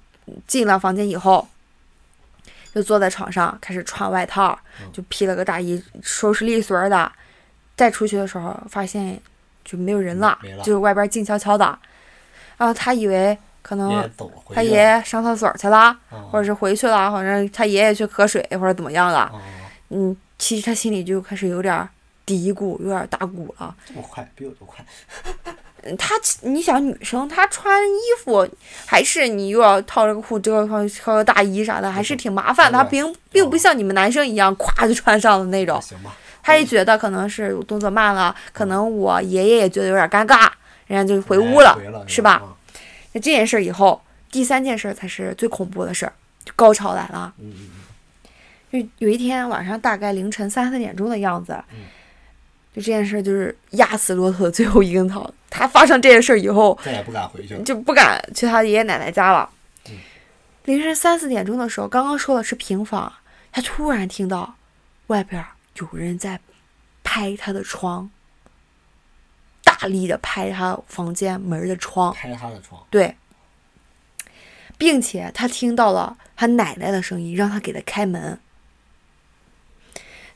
进了房间以后，就坐在床上开始穿外套嗯，就披了个大衣，收拾利索儿的。再出去的时候，发现就没有人了，没了就是外边静悄悄的。然后他以为可嗯，爷爷能走回去了，他爷爷上厕所去了，嗯，或者是回去了，或者他爷爷去喝水或者怎么样了。嗯嗯嗯，其实他心里就开始有点儿嘀咕，有点儿打鼓了。这么快，比我都快，嗯她其，你想女生她穿衣服，还是你又要套着个裤，这个套套个大衣啥的，还是挺麻烦的。她并并哦不像你们男生一样，咵就穿上了那种。行吧？她也觉得可能是动作慢了，嗯可能我爷爷也觉得有点尴尬，人家就回屋哎回了是吧？？嗯那这件事以后，第三件事才是最恐怖的事儿，就高潮来了。嗯嗯就有一天晚上大概凌晨三四点钟的样子，嗯就这件事就是压死骆驼的最后一根草。他发生这件事以后，嗯，再也不敢回去了。就不敢去他爷爷奶奶家了嗯。凌晨三四点钟的时候，刚刚说的是平房，他突然听到外边儿有人在拍他的窗，大力的拍他房间门儿的窗，拍他的床，对，并且他听到了他奶奶的声音，让他给他开门。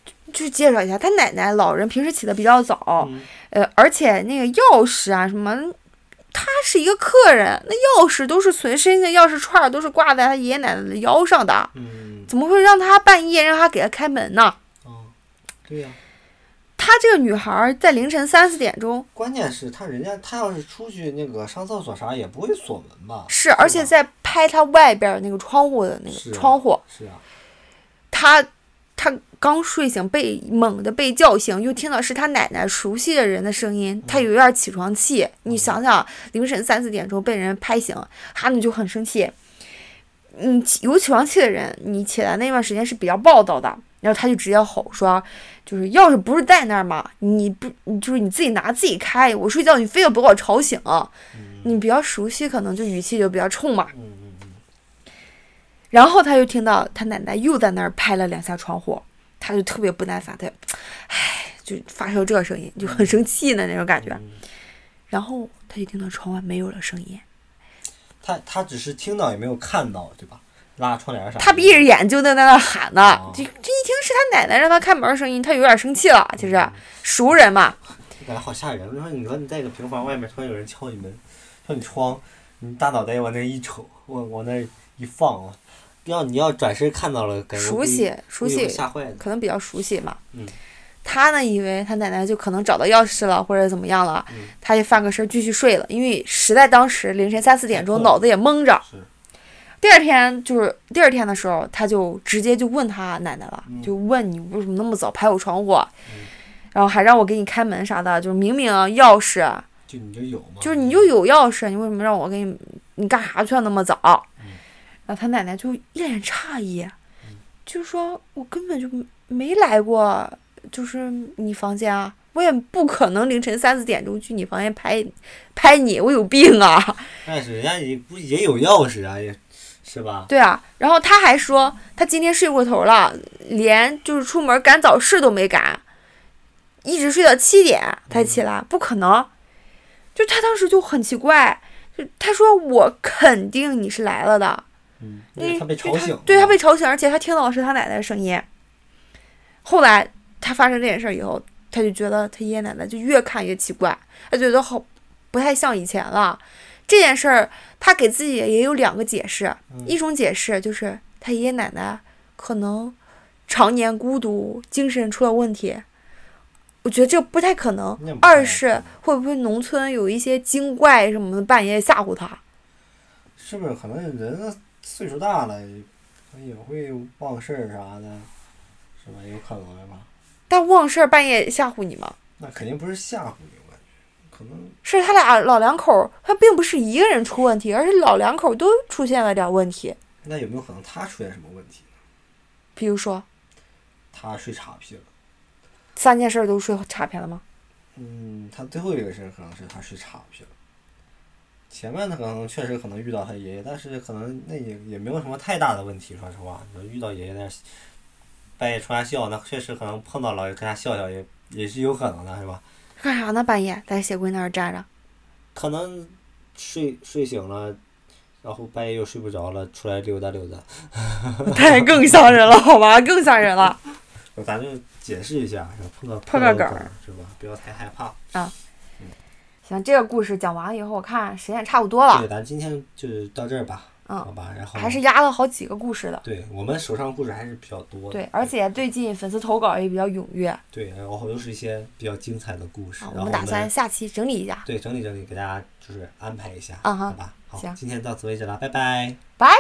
就就介绍一下，他奶奶老人平时起的比较早，嗯呃，而且那个钥匙啊什么，他是一个客人，那钥匙都是随身的，钥匙串儿都是挂在他爷爷奶奶的腰上的，嗯，怎么会让他半夜让他给他开门呢？啊，对呀、她这个女孩儿在凌晨三四点钟关键是他人家他要是出去那个上厕所啥也不会锁门吧？是，而且吧在拍她外边儿那个窗户的那是个啊窗户，是啊，她她刚睡醒，被猛地被叫醒，又听到是她奶奶熟悉的人的声音，她有点儿起床气。你想想，凌晨三四点钟被人拍醒，哈，你就很生气。嗯，起有起床气的人，你起来那段时间是比较暴躁的，然后她就直接吼说，就是钥匙不是在那儿吗？你不，你就是你自己拿自己开，我睡觉你非要把我吵醒，你比较熟悉，可能就语气就比较冲嘛。嗯嗯嗯，然后他就听到他奶奶又在那儿拍了两下窗户，他就特别不耐烦，他就，唉，就发出这声音，就很生气的那种感觉。嗯然后他就听到窗外没有了声音，他他只是听到也没有看到，对吧？拉窗帘啥的？他闭着眼就在 <laughs> 那儿喊呢哦，这这一听是他奶奶让他开门的声音，他有点生气了，就是嗯熟人嘛，就感觉好吓人。你说你说你在一个平房外面突然有人敲你门，敲你窗，你大脑袋往那一瞅，往往那一放，啊要你要转身看到了，感觉熟估计悉熟估计悉会，吓坏的。可能比较熟悉嘛。嗯他呢，以为他奶奶就可能找到钥匙了，或者怎么样了，嗯他就翻个身继续睡了。因为实在当时凌晨三四点钟，嗯脑子也蒙着。是，第二天就是第二天的时候，他就直接就问他奶奶了，嗯就问你为什么那么早拍我窗户，然后还让我给你开门啥的，就是明明钥匙就你就有嘛，就是你就有钥匙，你为什么让我给你？你干啥去了那么早？然后他奶奶就一脸诧异，就说：“我根本就没没来过，就是你房间啊，我也不可能凌晨三四点钟去你房间拍拍你，我有病啊！但是人家也估计也有钥匙啊，也是吧？对啊。”然后他还说他今天睡过头了，连就是出门赶早市都没赶，一直睡到七点才起来，不可能。就他当时就很奇怪，就他说我肯定你是来了的，嗯，因因为为他被吵醒了，对他被吵醒，而且他听到的是他奶奶的声音。后来他发生这件事儿以后，他就觉得他爷爷奶奶就越看越奇怪，他觉得好不太像以前了。这件事儿他给自己也有两个解释，嗯一种解释就是他爷爷奶奶可能常年孤独，精神出了问题。我觉得这不太可能那不。太二是会不会农村有一些精怪什么的半夜吓唬他？是不是？可能人岁数大了，可能也会忘事儿啥的，是吧？有可能的吧？但忘事儿半夜吓唬你吗？那肯定不是吓唬你，我感觉可能是他俩老两口儿，他并不是一个人出问题，而是老两口儿都出现了点问题。那有没有可能他出现什么问题？比如说，他睡岔劈了。三件事儿都睡差偏了吗？嗯，他最后一个事儿可能是他睡岔劈了。前面他可能确实可能遇到他爷爷，但是可能那也也没有什么太大的问题。说实话，你说遇到爷爷那儿半夜冲他笑，那确实可能碰到了跟他笑笑也也是有可能的，是吧？干啥呢？半夜在鞋柜那儿站着，可能睡睡醒了，然后半夜又睡不着了，出来溜达溜达。 <laughs> 太更吓人了，好吧，更吓人了。咱就解释一下，是吧碰个碰个个梗梗儿儿是吧？不要太害怕。行，这个故事讲完了以后，我看时间也差不多了对，，咱今天就到这儿吧，好嗯，吧？然后啊还是压了好几个故事的。对我们手上故事还是比较多的，对，而且最近粉丝投稿也比较踊跃啊，对，然后又是一些比较精彩的故事，然后我们打算下期整理一下。对整理整理，给大家就是安排一下，嗯好哼吧？好，行今天到此为止了，拜拜。拜拜。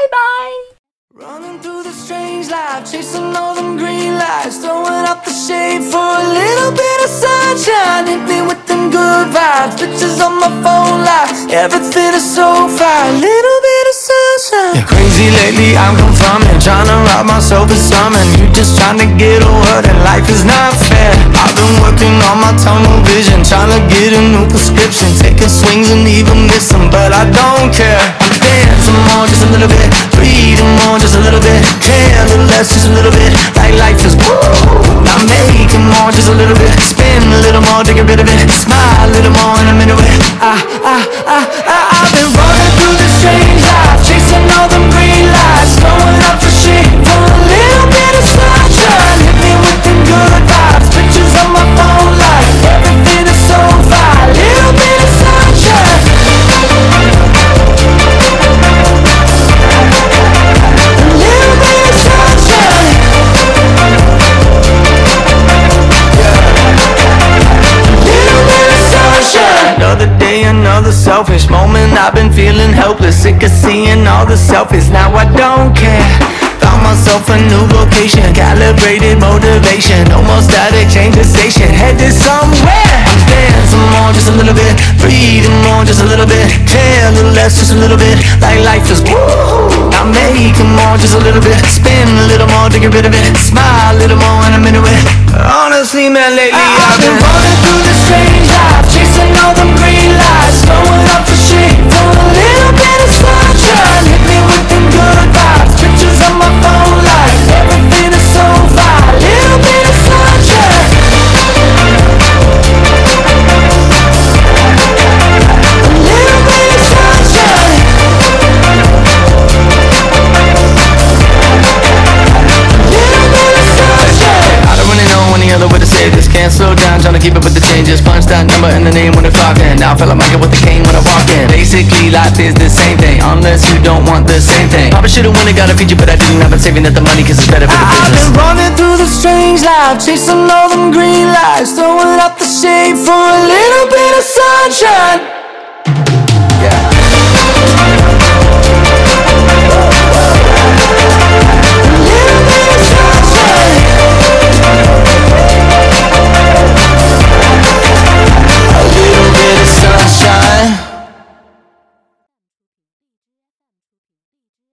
Running through the strange life, chasing all them green lights, throwing up the shade for a little bit of sunshine. Hit me with them good vibes, pictures on my phone lights. Everything is so fine, little bit of sunshine. Crazy lately, I'm confirming, trying to rob myself of something. You just trying to get over and life is not fair. I've been working on my tunnel vision, trying to get a new prescription, taking swings and even missing, but I don't care. I'm dancing more, just a little bit, breathing more, just a little bit, care a little less, just a little bit. Like life is woo. Now making more, just a little bit, spin a little more, to get rid of it, smile a ah, little more, and I'm into it. I, I, I, I, ah. I've been running through this strange life, chasing all them green lights, throwing up the shit for a little bit of sunshine. Hit me with them good vibes, pictures on my phone, like everything is so fine. Little bit of sunshine. helpless, sick of seeing all the selfies. Now I don't care. Found myself a new vocation, calibrated motivation. Almost out of change of station, headed somewhere. I'm dancing more, just a little bit. Breathing more, just a little bit. Care a little less, just a little bit. Like life is woo. I'm making more, just a little bit. Spin a little more to get rid of it. Smile a little more, and I'm into it. Honestly, man, lately I've been running through the strange life, chasing all them green lights, throwing up the shade for a little bit of sunshine. Hit me with them good vibes, pictures on my phone lights, everything is so fine. Little bit of sunshine. A little bit of sunshine. I don't really know any other way to say this. Can't slow down, trying to keep up with the changes. Punch that number in the name when it popped in. Now I feel like Michael with the cane when I walk in. Basically, life is the same thing, unless you don't want the same thing. Probably should've went and got a feature, but I didn't. I've been saving up the money 'cause it's better for the business. I've been running through the strange life, chasing all them green lights, throwing up the shade for a little bit of sunshine.